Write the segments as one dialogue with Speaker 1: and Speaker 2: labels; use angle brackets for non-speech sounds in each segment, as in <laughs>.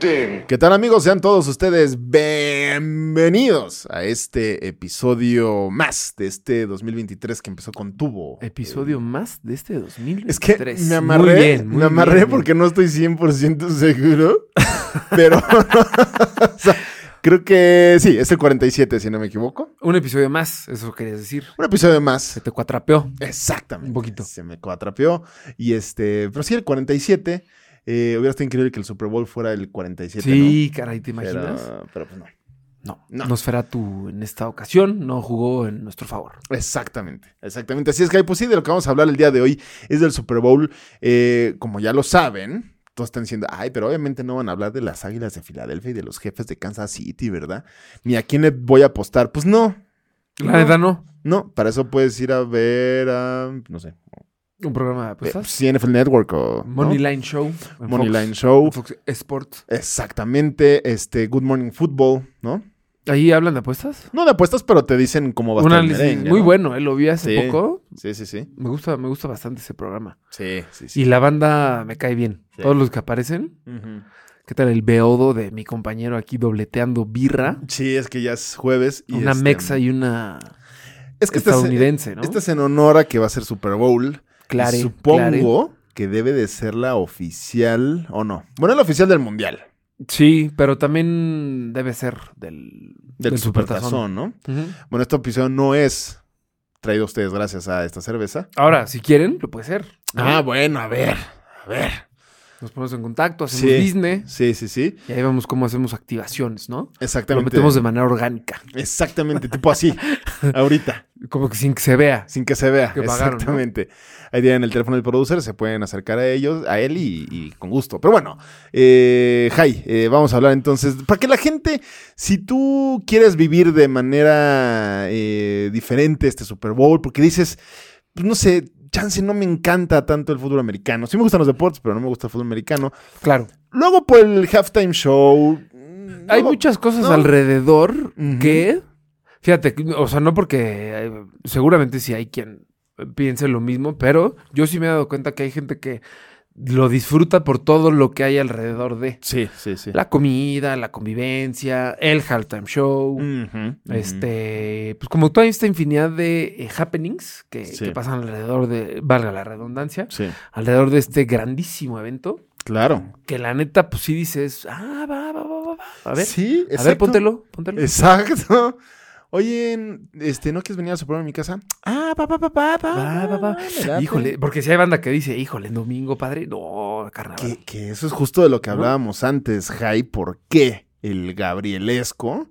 Speaker 1: ding.
Speaker 2: ¿Qué tal amigos? Sean todos ustedes bienvenidos a este episodio más de este 2023 que empezó con tubo.
Speaker 3: Episodio más de este 2023.
Speaker 2: Es que me
Speaker 3: Muy
Speaker 2: amarré,
Speaker 3: bien, muy
Speaker 2: me amarré
Speaker 3: bien,
Speaker 2: porque no estoy 100% seguro, pero <laughs> o sea, creo que sí, es el 47 si no me equivoco.
Speaker 3: Un episodio más, eso querías decir.
Speaker 2: Un episodio
Speaker 3: Se
Speaker 2: más.
Speaker 3: te cuatrapeó.
Speaker 2: Exactamente.
Speaker 3: Un poquito.
Speaker 2: Se me atrapeó y este, pero sí el 47 eh, hubiera estado increíble que el Super Bowl fuera el 47,
Speaker 3: Sí, caray, ¿te
Speaker 2: ¿no?
Speaker 3: imaginas?
Speaker 2: Pero, pero pues no.
Speaker 3: No,
Speaker 2: No.
Speaker 3: Nosferatu en esta ocasión no jugó en nuestro favor.
Speaker 2: Exactamente, exactamente. Así es, que pues sí, de lo que vamos a hablar el día de hoy es del Super Bowl. Eh, como ya lo saben, todos están diciendo, ay, pero obviamente no van a hablar de las Águilas de Filadelfia y de los jefes de Kansas City, ¿verdad? Ni a quién le voy a apostar. Pues no,
Speaker 3: La neta no.
Speaker 2: no, para eso puedes ir a ver a, no sé,
Speaker 3: Un programa de apuestas.
Speaker 2: si NFL Network o... Eh, ¿no?
Speaker 3: Pues Moneyline Show. en
Speaker 2: Moneyline
Speaker 3: Fox-
Speaker 2: Show.
Speaker 3: en Fox Sports.
Speaker 2: Exactamente, este, Good Morning Football, ¿no?
Speaker 3: ¿Ahí hablan de apuestas?
Speaker 2: No de apuestas, pero te dicen cómo va a
Speaker 3: Un
Speaker 2: estar el
Speaker 3: análisis
Speaker 2: merengue,
Speaker 3: muy
Speaker 2: ¿no?
Speaker 3: bueno, ¿eh? Lo vi hace
Speaker 2: Sí.
Speaker 3: poco.
Speaker 2: Sí, sí, sí.
Speaker 3: Me gusta, me gusta bastante ese programa.
Speaker 2: Sí, sí,
Speaker 3: Y la banda me cae bien.
Speaker 2: Sí.
Speaker 3: Todos los que aparecen.
Speaker 2: Ujú.
Speaker 3: ¿Qué tal el beodo de mi compañero aquí dobleteando birra?
Speaker 2: Sí, es que ya es jueves. Y
Speaker 3: una
Speaker 2: este,
Speaker 3: mexa y una
Speaker 2: es que esta es-
Speaker 3: estadounidense, ¿no?
Speaker 2: Esta es en honor a que va a ser Super Bowl.
Speaker 3: Clare,
Speaker 2: Y
Speaker 3: clare.
Speaker 2: supongo que debe de ser la oficial o no. Bueno, la oficial del Mundial.
Speaker 3: Sí, pero también debe ser del,
Speaker 2: Del, Supertazón, ¿no?
Speaker 3: Ujú.
Speaker 2: Bueno, este episodio no es traído a ustedes gracias a esta cerveza.
Speaker 3: Ahora, si quieren, lo puede ser. ¿no?
Speaker 2: Ah, bueno, a ver. A ver.
Speaker 3: Nos ponemos en contacto, hacemos
Speaker 2: Sí.
Speaker 3: Disney
Speaker 2: Sí, sí, sí.
Speaker 3: y ahí vemos cómo hacemos activaciones, ¿no? Lo
Speaker 2: Exactamente.
Speaker 3: metemos de manera orgánica,
Speaker 2: Exactamente, tipo así. ahorita.
Speaker 3: como que sin que se vea.
Speaker 2: Sin que se vea.
Speaker 3: Que pagaron, ¿no?
Speaker 2: Exactamente. Ahí tienen el teléfono del producer, se pueden acercar a ellos, a él y, y con gusto. Pero bueno, eh, Jai, eh, vamos a hablar entonces. Para que la gente, si tú quieres vivir de manera eh, diferente este Super Bowl, porque dices, pues, no sé. Chance, no me encanta tanto el fútbol americano. Sí me gustan los deportes, pero no me gusta el fútbol americano.
Speaker 3: Claro.
Speaker 2: Luego por el halftime show. mm,
Speaker 3: Hay
Speaker 2: luego-
Speaker 3: muchas cosas
Speaker 2: no.
Speaker 3: alrededor
Speaker 2: Ujú.
Speaker 3: que, fíjate, o sea, no porque eh, seguramente sí hay quien piense lo mismo, pero yo sí me he dado cuenta que hay gente que lo disfruta por todo lo que hay alrededor de
Speaker 2: Sí, sí, sí.
Speaker 3: la comida, la convivencia, el halftime show,
Speaker 2: Ujú, ujú.
Speaker 3: este, pues como toda esta infinidad de eh, happenings que,
Speaker 2: Sí.
Speaker 3: que pasan alrededor de, valga la redundancia,
Speaker 2: Sí,
Speaker 3: alrededor de este grandísimo evento,
Speaker 2: claro.
Speaker 3: que la neta, pues sí dices, ah, va, va, va, va, va, a ver,
Speaker 2: sí,
Speaker 3: a ver,
Speaker 2: exacto.
Speaker 3: póntelo,
Speaker 2: <laughs>
Speaker 3: póntelo.
Speaker 2: Exacto. Oye, en- este, ¿no quieres venir a su programa a mi casa? Ah, pa, pa, pa, pa, pa.
Speaker 3: Va, va, va.
Speaker 2: me late.
Speaker 3: Híjole, porque si hay banda que dice, híjole, en domingo, padre, no, carnaval.
Speaker 2: Que, que eso es justo de lo que
Speaker 3: ¿No?
Speaker 2: hablábamos antes, Jai, ¿por qué el gabrielesco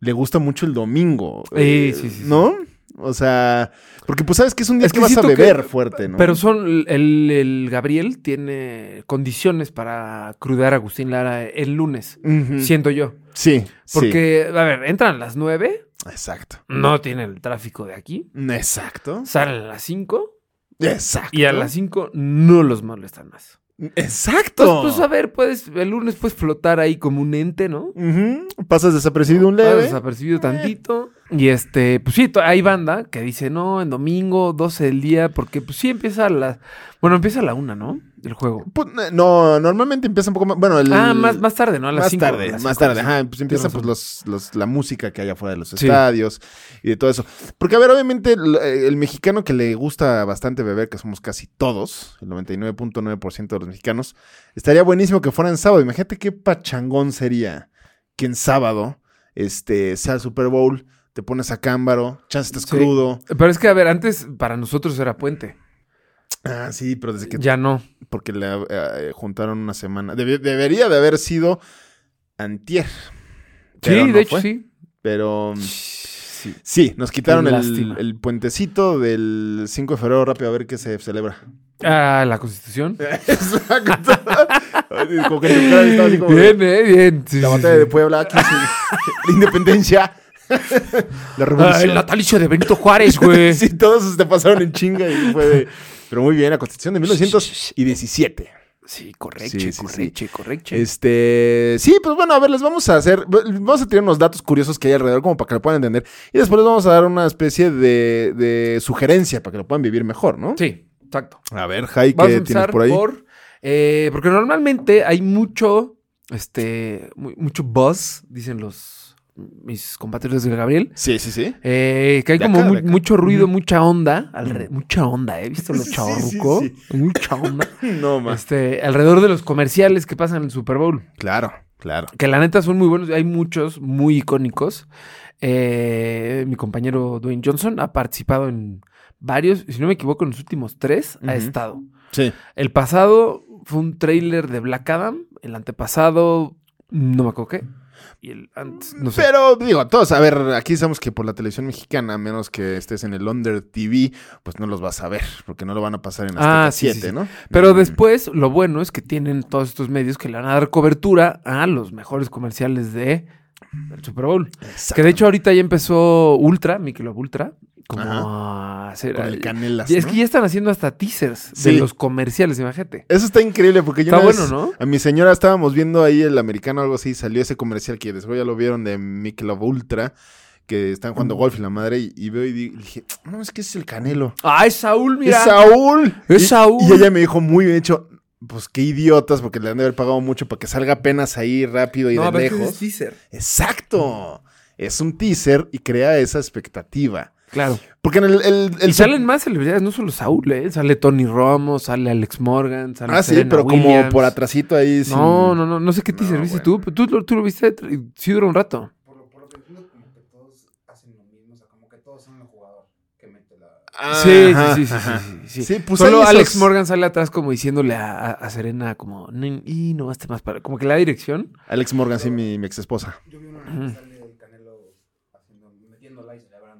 Speaker 2: le gusta mucho el domingo?
Speaker 3: Eh, sí, sí, sí.
Speaker 2: ¿No? O sea, porque pues sabes que es un día
Speaker 3: Es
Speaker 2: que,
Speaker 3: que
Speaker 2: vas a
Speaker 3: siento que-
Speaker 2: beber fuerte, ¿no?
Speaker 3: Pero son, el, el Gabriel tiene condiciones para crudar a Agustín Lara el lunes,
Speaker 2: Ujú.
Speaker 3: siento yo.
Speaker 2: Sí, Mm. sí.
Speaker 3: Porque, a ver, entran a las 9,
Speaker 2: Exacto.
Speaker 3: no tienen el tráfico de aquí,
Speaker 2: Exacto.
Speaker 3: salen a las 5
Speaker 2: Exacto.
Speaker 3: y a las 5 no los molestan más. Entonces,
Speaker 2: Exacto.
Speaker 3: pues a ver, puedes, el lunes puedes flotar ahí como un ente, ¿no?
Speaker 2: Ujú. Pasas desapercibido un
Speaker 3: Ah,
Speaker 2: leve.
Speaker 3: desapercibido tantito. Y este, pues sí, to- hay banda que dice, no, en domingo, 12 del día, porque pues sí empieza a las. Bueno, empieza a la una, ¿no? El juego.
Speaker 2: Pues, no, normalmente empieza un poco más. Bueno, el.
Speaker 3: Ah, más, más tarde, ¿no? A las
Speaker 2: más
Speaker 3: 5.
Speaker 2: tarde, más tarde. Ajá, pues empieza
Speaker 3: Tienes
Speaker 2: pues,
Speaker 3: razón.
Speaker 2: los, los- la música que hay afuera de los
Speaker 3: Sí.
Speaker 2: estadios y de todo eso. Porque, a ver, obviamente, el, el mexicano que le gusta bastante beber, que somos casi todos, el 99.9% de los mexicanos, estaría buenísimo que fuera en sábado. Imagínate qué pachangón sería que en sábado este, sea el Super Bowl, te pones a cámbaro, chance estás
Speaker 3: Sí.
Speaker 2: crudo.
Speaker 3: Pero es que, a ver, antes para nosotros era puente.
Speaker 2: Ah, sí, pero desde que.
Speaker 3: Ya no.
Speaker 2: Porque le eh, juntaron una semana. Debe- debería de haber sido antier. pero
Speaker 3: sí,
Speaker 2: no
Speaker 3: de hecho,
Speaker 2: fue.
Speaker 3: sí.
Speaker 2: Pero.
Speaker 3: Sí.
Speaker 2: Sí, nos quitaron el,
Speaker 3: lástima.
Speaker 2: el puentecito del 5 de febrero rápido a ver qué se
Speaker 3: <laughs>
Speaker 2: celebra.
Speaker 3: Ah, la constitución.
Speaker 2: Exacto. como que en tu cara estaba así como de,
Speaker 3: Bien, eh, bien. Sí,
Speaker 2: la
Speaker 3: sí,
Speaker 2: batalla
Speaker 3: sí.
Speaker 2: de Puebla. aquí la independencia, la
Speaker 3: Ah,
Speaker 2: revolución.
Speaker 3: el natalicio de Benito Juárez, güey.
Speaker 2: Sí, todos se pasaron en chinga y fue de- Pero muy bien, la constitución de 1917.
Speaker 3: Sí, correcto,
Speaker 2: Sí, sí, sí.
Speaker 3: correcto, correcto.
Speaker 2: Este, sí, pues bueno, a ver, les vamos a hacer, vamos a tener unos datos curiosos que hay alrededor como para que lo puedan entender y después les vamos a dar una especie de, de sugerencia para que lo puedan vivir mejor, ¿no?
Speaker 3: Sí, exacto.
Speaker 2: A ver, Jai,
Speaker 3: Vamos a
Speaker 2: ¿qué tienes
Speaker 3: empezar
Speaker 2: por
Speaker 3: por,
Speaker 2: ahí?
Speaker 3: eh, porque normalmente hay mucho, este, mu- mucho buzz, dicen los mis compatriotas de Gabriel.
Speaker 2: Sí, sí, sí.
Speaker 3: eh, que hay
Speaker 2: De
Speaker 3: como
Speaker 2: acá,
Speaker 3: mu-
Speaker 2: de acá. Mm.
Speaker 3: mucha mucho ruido, mucha onda. alre- Mucha onda, ¿eh? ¿Viste lo
Speaker 2: <laughs> Sí, sí,
Speaker 3: chavorruco?
Speaker 2: sí.
Speaker 3: Mucha onda.
Speaker 2: No <laughs> más.
Speaker 3: este, alrededor de los comerciales que pasan en el Super Bowl.
Speaker 2: Claro, claro.
Speaker 3: Que la neta son muy buenos. Hay muchos muy icónicos. Eh, mi compañero Dwayne Johnson ha participado en varios. Si no me equivoco, en los últimos tres ha estado.
Speaker 2: Sí.
Speaker 3: El pasado fue un tráiler de Black Adam. El antepasado, no me acuerdo qué. Y el antes, no sé.
Speaker 2: Pero digo, todos, a ver, aquí sabemos que por la televisión mexicana, a menos que estés en el Under TV, pues no los vas a ver, porque no lo van a pasar en Azteca
Speaker 3: Ah, sí, sí,
Speaker 2: 7,
Speaker 3: sí.
Speaker 2: ¿no?
Speaker 3: Pero
Speaker 2: Mm.
Speaker 3: después, lo bueno es que tienen todos estos medios que le van a dar cobertura a los mejores comerciales de del Super Bowl.
Speaker 2: Exacto.
Speaker 3: Que de hecho ahorita ya empezó Ultra, Michelob Ultra, como
Speaker 2: Ajá.
Speaker 3: a hacer...
Speaker 2: Con el Canelas,
Speaker 3: Y es
Speaker 2: ¿no?
Speaker 3: que ya están haciendo hasta teasers
Speaker 2: Sí.
Speaker 3: de los comerciales, imagínate.
Speaker 2: Eso está increíble porque yo
Speaker 3: Está
Speaker 2: una vez
Speaker 3: bueno, ¿no?
Speaker 2: a mi señora estábamos viendo ahí el americano o algo así y salió ese comercial que después ya lo vieron de Michelob Ultra que están
Speaker 3: Mm.
Speaker 2: jugando golf y la madre y, y veo y di- dije, no, es que ese es el Canelo.
Speaker 3: ¡Ay, Saúl, mira!
Speaker 2: ¡Es Saúl!
Speaker 3: Es
Speaker 2: Y-
Speaker 3: Saúl.
Speaker 2: Y ella me dijo muy bien hecho, pues qué idiotas porque le han de haber pagado mucho para que salga apenas ahí rápido y
Speaker 3: No,
Speaker 2: de
Speaker 3: pero es que es
Speaker 2: lejos.
Speaker 3: teaser.
Speaker 2: Exacto. Es un teaser y crea esa expectativa.
Speaker 3: Claro.
Speaker 2: Porque en el... el- el-
Speaker 3: y salen más celebridades, no solo Saúl, ¿eh? Sale Tony Romo, sale Alex Morgan, sale
Speaker 2: Ah, sí,
Speaker 3: Serena
Speaker 2: pero como
Speaker 3: Williams.
Speaker 2: por atrasito ahí. sin-
Speaker 3: No, no, no, no sé qué teaser
Speaker 2: No,
Speaker 3: viste
Speaker 2: bueno.
Speaker 3: tú, pero tú, lo- tú lo viste, tr- sí duró un rato. Sí,
Speaker 2: Ah, Ajá,
Speaker 3: sí, sí, sí,
Speaker 2: ajá.
Speaker 3: sí, sí, sí.
Speaker 2: Sí, pues
Speaker 3: Solo
Speaker 2: hay
Speaker 3: Alex
Speaker 2: esos-
Speaker 3: Morgan sale atrás como diciéndole a, a- a Serena como, "Nin- y no baste más para... Como que la dirección.
Speaker 2: Alex Morgan, sí, mi, mi ex esposa.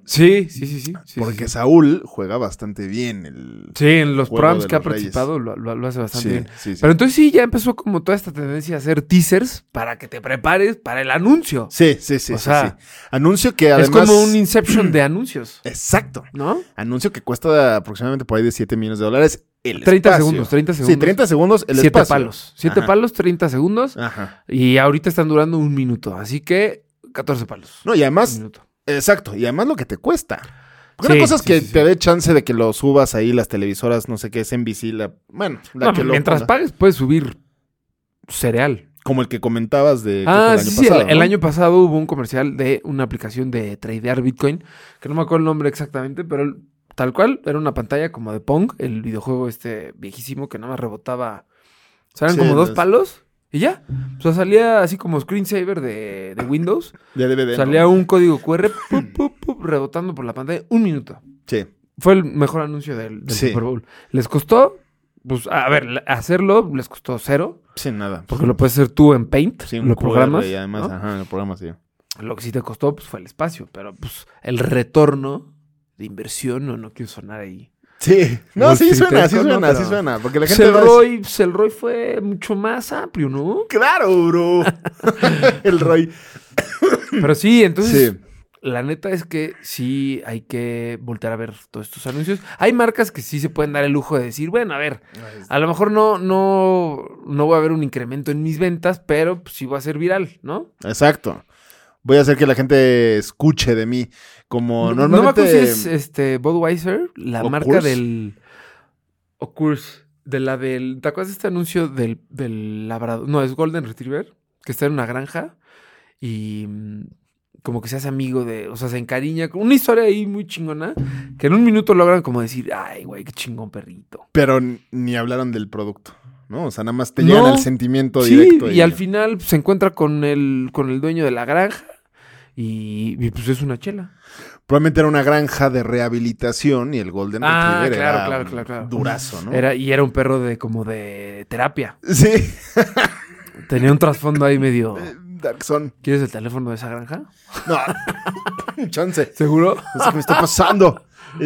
Speaker 3: Sí, sí, sí, sí. sí,
Speaker 2: Porque
Speaker 3: sí.
Speaker 2: Saúl juega bastante bien el.
Speaker 3: Sí, en los
Speaker 2: Juego
Speaker 3: proms
Speaker 2: de
Speaker 3: que ha
Speaker 2: los Reyes.
Speaker 3: participado lo, lo- lo hace bastante bien.
Speaker 2: sí, sí.
Speaker 3: Pero entonces sí, ya empezó como toda esta tendencia a hacer teasers para que te prepares para el anuncio.
Speaker 2: sí, sí, sí,
Speaker 3: O
Speaker 2: sí,
Speaker 3: sea,
Speaker 2: sí. Anuncio que además.
Speaker 3: es como un inception de anuncios,
Speaker 2: Exacto.
Speaker 3: ¿no?
Speaker 2: Anuncio que cuesta aproximadamente por ahí de 7 millones de dólares. El
Speaker 3: 30
Speaker 2: espacio.
Speaker 3: segundos, 30
Speaker 2: Sí,
Speaker 3: segundos.
Speaker 2: 30 segundos el
Speaker 3: Siete
Speaker 2: espacio.
Speaker 3: palos. Siete
Speaker 2: Ajá. Ah.
Speaker 3: palos, 30 segundos.
Speaker 2: Ajá.
Speaker 3: Y ahorita están durando un minuto. Así que 14 palos.
Speaker 2: No, y
Speaker 3: Un
Speaker 2: además,
Speaker 3: minuto.
Speaker 2: exacto, y además lo que te cuesta. Porque
Speaker 3: Sí,
Speaker 2: una cosa es
Speaker 3: sí,
Speaker 2: que
Speaker 3: sí, sí.
Speaker 2: te dé chance de que lo subas ahí las televisoras, no sé qué, es NBC, la, bueno, la
Speaker 3: No,
Speaker 2: que lo
Speaker 3: mientras
Speaker 2: ponga.
Speaker 3: pagues, puedes subir cereal.
Speaker 2: como el que comentabas de creo que
Speaker 3: Ah,
Speaker 2: el
Speaker 3: sí,
Speaker 2: año
Speaker 3: sí, el-
Speaker 2: pasado,
Speaker 3: el,
Speaker 2: ¿no?
Speaker 3: año pasado hubo un comercial de una aplicación de tradear Bitcoin, que no me acuerdo el nombre exactamente, pero el- tal cual, era una pantalla como de Pong, el videojuego este viejísimo que nada más rebotaba. O sea, eran
Speaker 2: Sí,
Speaker 3: como dos
Speaker 2: las-
Speaker 3: palos y ya. O sea, salía así como screensaver de, de Windows.
Speaker 2: De DVD, ¿no?
Speaker 3: Salía un código QR, pup, pup, pup, rebotando por la pantalla, un minuto.
Speaker 2: Sí.
Speaker 3: Fue el mejor anuncio del, del
Speaker 2: Sí.
Speaker 3: Super Bowl. Les costó, pues, a ver, la- hacerlo les costó cero,
Speaker 2: Sin nada.
Speaker 3: porque lo puedes hacer tú en Paint,
Speaker 2: Sí, un
Speaker 3: lo
Speaker 2: QR
Speaker 3: programas.
Speaker 2: Y además,
Speaker 3: ¿no?
Speaker 2: ajá, lo programas, sí.
Speaker 3: Lo que sí te costó pues, fue el espacio, pero pues el retorno de inversión, no, no quiero sonar ahí.
Speaker 2: Sí. No,
Speaker 3: Wall
Speaker 2: sí
Speaker 3: Street
Speaker 2: suena,
Speaker 3: es
Speaker 2: sí
Speaker 3: con
Speaker 2: suena,
Speaker 3: otra.
Speaker 2: sí suena. Porque la
Speaker 3: Pues,
Speaker 2: gente
Speaker 3: el
Speaker 2: va a decir,
Speaker 3: Roy, pues, el Roy fue mucho más
Speaker 2: <clears throat>
Speaker 3: amplio, ¿no?
Speaker 2: Claro,
Speaker 3: <laughs>
Speaker 2: bro. el Roy.
Speaker 3: Pero sí, entonces
Speaker 2: Sí.
Speaker 3: la neta es que sí hay que voltear a ver todos estos anuncios. Hay marcas que sí se pueden dar el lujo de decir, bueno, a ver, a lo mejor no, no, no voy a ver un incremento en mis ventas, pero pues, sí va a ser viral, ¿no?
Speaker 2: Exacto. Voy a hacer que la gente escuche de mí. Como
Speaker 3: No, no me
Speaker 2: normalmente.
Speaker 3: acuerdo si es este, Budweiser, la
Speaker 2: ¿O
Speaker 3: marca
Speaker 2: Coors?
Speaker 3: del. O Coors, De la del. ¿Te acuerdas de este anuncio del, del labrador? No, es Golden Retriever, que está en una granja y. mm, Como que se hace amigo de. O sea, se encariña. con Una historia ahí muy chingona. Que en un minuto logran como decir, ay, güey, qué chingón perrito.
Speaker 2: Pero n- ni hablaron del producto. ¿No? O sea, nada más te
Speaker 3: No.
Speaker 2: llegan el sentimiento
Speaker 3: Sí,
Speaker 2: directo.
Speaker 3: y al final pues, se encuentra con el, con el dueño de la granja. Y, y, pues es una chela.
Speaker 2: Probablemente era una granja de rehabilitación y el Golden
Speaker 3: Ah,
Speaker 2: Retriever
Speaker 3: claro,
Speaker 2: era
Speaker 3: claro,
Speaker 2: un
Speaker 3: claro, claro.
Speaker 2: durazo, ¿no?
Speaker 3: Era, y era un perro de como de terapia. <laughs>
Speaker 2: Sí.
Speaker 3: Tenía un trasfondo
Speaker 2: <laughs>
Speaker 3: ahí medio.
Speaker 2: Dark Zone.
Speaker 3: ¿Quieres el teléfono de esa granja?
Speaker 2: No. <laughs> Chance.
Speaker 3: ¿Seguro?
Speaker 2: No sé qué me está pasando.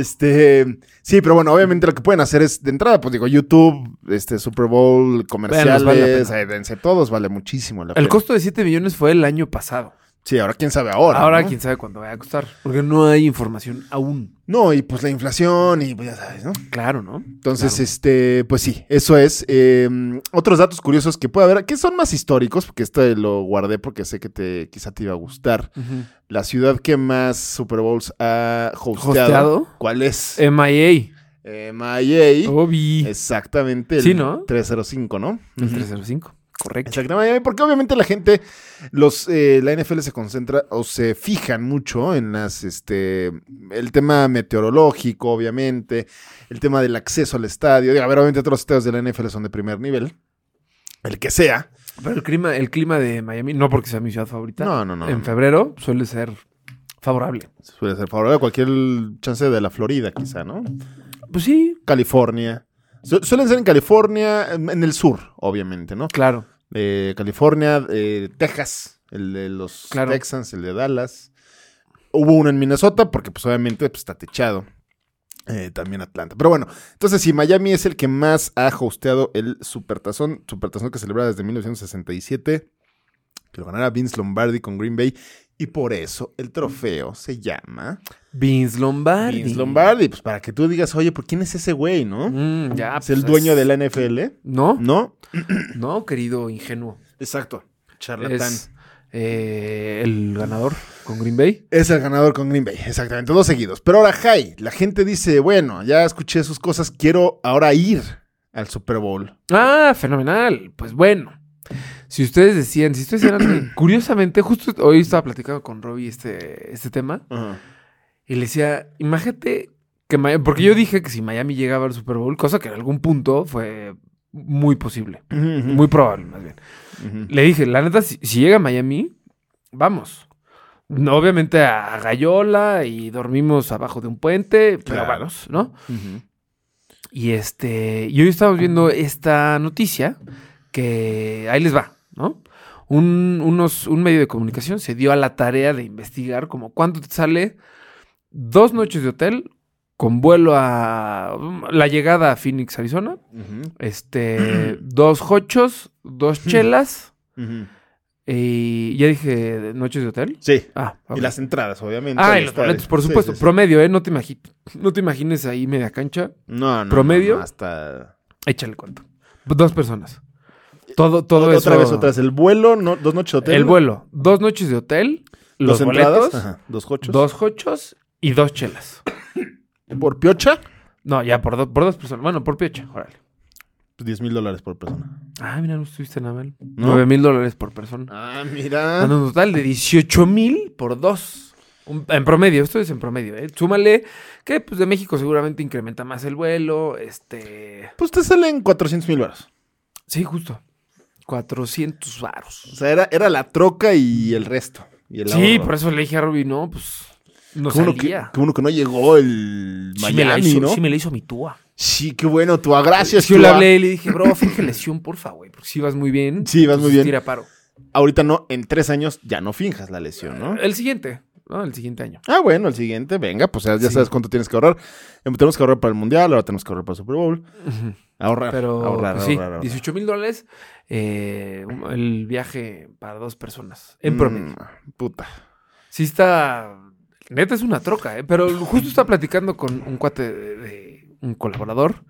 Speaker 2: Este, sí, pero bueno, obviamente lo que pueden hacer es de entrada, pues digo, YouTube, este Super Bowl, comerciales,
Speaker 3: vale la pena.
Speaker 2: eh, dense todos, vale muchísimo la
Speaker 3: El
Speaker 2: pena.
Speaker 3: costo de 7 millones fue el año pasado.
Speaker 2: Sí, ahora quién sabe ahora.
Speaker 3: Ahora
Speaker 2: ¿no?
Speaker 3: quién sabe cuándo vaya a costar. Porque no hay información aún.
Speaker 2: No, y pues la inflación y pues ya sabes, ¿no?
Speaker 3: Claro, ¿no?
Speaker 2: Entonces, este, pues sí, eso es. Eh, otros datos curiosos que puede haber, que son más históricos, porque esto lo guardé porque sé que te quizá te iba a gustar.
Speaker 3: Ujú.
Speaker 2: La ciudad que más Super Bowls ha hosteado.
Speaker 3: ¿Hosteado?
Speaker 2: ¿Cuál es?
Speaker 3: MIA.
Speaker 2: Eh, Miami. Este,
Speaker 3: Obi.
Speaker 2: Exactamente. El
Speaker 3: Sí, ¿no?
Speaker 2: 305, ¿no?
Speaker 3: El 305. Correcto.
Speaker 2: Exactamente, Miami, porque obviamente la gente, los, eh, la NFL se concentra o se fijan mucho en las, este, el tema meteorológico, obviamente, el tema del acceso al estadio. Digo, A ver, obviamente todos los estadios de la NFL son de primer nivel, el que sea.
Speaker 3: Pero el clima, el clima de Miami, no porque sea mi ciudad favorita.
Speaker 2: No, no, no.
Speaker 3: En febrero suele ser favorable.
Speaker 2: Suele ser favorable a cualquier chance de la Florida, quizá, ¿no?
Speaker 3: Pues sí,
Speaker 2: California. Su- suelen ser en California, en en el sur, obviamente, ¿no?
Speaker 3: claro.
Speaker 2: Eh, California, eh, Texas, el de los
Speaker 3: Claro.
Speaker 2: Texans, el de Dallas. Hubo uno en Minnesota porque pues obviamente pues, está techado. Eh, también Atlanta. Pero bueno, entonces sí, Miami es el que más ha hosteado el Supertazón. Supertazón que celebra desde 1967. Que lo ganará Vince Lombardi con Green Bay. Y por eso el trofeo se llama
Speaker 3: Vince Lombardi.
Speaker 2: Vince Lombardi. Pues para que tú digas, oye, ¿por quién es ese güey, no?
Speaker 3: Mm, ya,
Speaker 2: es el
Speaker 3: pues,
Speaker 2: dueño
Speaker 3: es-
Speaker 2: de la NFL,
Speaker 3: No,
Speaker 2: ¿no?
Speaker 3: no, querido ingenuo.
Speaker 2: Exacto. Charlatán.
Speaker 3: Es eh, el ganador con Green Bay.
Speaker 2: Es el ganador con Green Bay, exactamente, dos seguidos. Pero ahora, Jai, la gente dice, bueno, ya escuché sus cosas, quiero ahora ir al Super Bowl.
Speaker 3: Ah, fenomenal. Pues bueno. Si ustedes decían, si ustedes <clears throat> eran, curiosamente, justo hoy estaba platicando con Robbie este, este tema. Y le decía, imagínate que Miami, porque yo dije que si Miami llegaba al Super Bowl, cosa que en algún punto fue muy posible, muy probable más bien.
Speaker 2: Ujú.
Speaker 3: Le dije, la neta, si, si llega a Miami, vamos. No, obviamente a Gallola y dormimos abajo de un puente, pero
Speaker 2: Claro.
Speaker 3: vamos, ¿no? Y este, y hoy estamos viendo esta noticia que ahí les va, ¿no? Un, unos, un medio de comunicación se dio a la tarea de investigar como cuánto te sale dos noches de hotel con vuelo a la llegada a Phoenix, Arizona,
Speaker 2: Ujú, <clears throat>
Speaker 3: este, dos hochos, dos chelas
Speaker 2: ujú.
Speaker 3: y ya dije noches de hotel.
Speaker 2: Sí,
Speaker 3: Ah, ok.
Speaker 2: y las entradas, obviamente.
Speaker 3: Ah, y
Speaker 2: al
Speaker 3: los
Speaker 2: estadio.
Speaker 3: boletos, por
Speaker 2: Sí,
Speaker 3: supuesto.
Speaker 2: sí, sí.
Speaker 3: Promedio, ¿eh? No te, imagi- no te imagines ahí media cancha.
Speaker 2: No, no,
Speaker 3: promedio.
Speaker 2: no, no, hasta...
Speaker 3: Échale cuento. Dos personas. Todo, todo eso.
Speaker 2: otra vez, otra vez. El vuelo, no, dos noches de hotel.
Speaker 3: El vuelo. Dos noches de hotel. Los
Speaker 2: Dos entradas.
Speaker 3: boletos.
Speaker 2: ajá, Dos cochos.
Speaker 3: Dos hochos y dos chelas.
Speaker 2: Por piocha,
Speaker 3: No, ya por, do- por dos personas. Bueno, por piocha. Órale.
Speaker 2: 10 mil dólares por persona.
Speaker 3: Ah, mira, no estuviste nada mal.
Speaker 2: No.
Speaker 3: Nueve mil dólares por persona.
Speaker 2: Ah, mira.
Speaker 3: Dando un total de 18 mil por dos. Un- en promedio, esto es en promedio, ¿eh? Súmale que pues de México seguramente incrementa más el vuelo. Este.
Speaker 2: Pues te salen 400 mil dólares.
Speaker 3: Sí, justo. 400 varos.
Speaker 2: O sea, era, era la troca y el resto. Y el
Speaker 3: Sí,
Speaker 2: ahorro.
Speaker 3: por eso le dije a Ruby, no, pues. No
Speaker 2: Que uno que,
Speaker 3: salía.
Speaker 2: que uno que no llegó el
Speaker 3: Sí me la
Speaker 2: Miami,
Speaker 3: hizo-
Speaker 2: ¿no?
Speaker 3: sí me la hizo mi túa.
Speaker 2: Sí, qué bueno, Tua. Gracias,
Speaker 3: Sí, yo le
Speaker 2: Tua.
Speaker 3: hablé y le dije, bro, finge lesión, porfa, güey. Porque si vas muy bien.
Speaker 2: Sí, vas muy
Speaker 3: entonces
Speaker 2: bien.
Speaker 3: Tira paro.
Speaker 2: Ahorita no, en tres años ya no finjas la lesión, ¿no?
Speaker 3: El siguiente, ¿no? El siguiente año.
Speaker 2: Ah, bueno, el siguiente, venga, pues ya ya
Speaker 3: Sí.
Speaker 2: sabes cuánto tienes que ahorrar. Em, Tenemos que ahorrar para el Mundial, ahora tenemos que ahorrar para el Super Bowl. Ahorrar,
Speaker 3: Pero
Speaker 2: ahorrar,
Speaker 3: pues,
Speaker 2: ahorrar,
Speaker 3: sí,
Speaker 2: ahorrar.
Speaker 3: 18 mil dólares eh, un- el viaje para dos personas. En promedio.
Speaker 2: Mm, puta.
Speaker 3: Sí está. Neta es una troca, ¿eh? Pero justo está platicando con un cuate de, de- un colaborador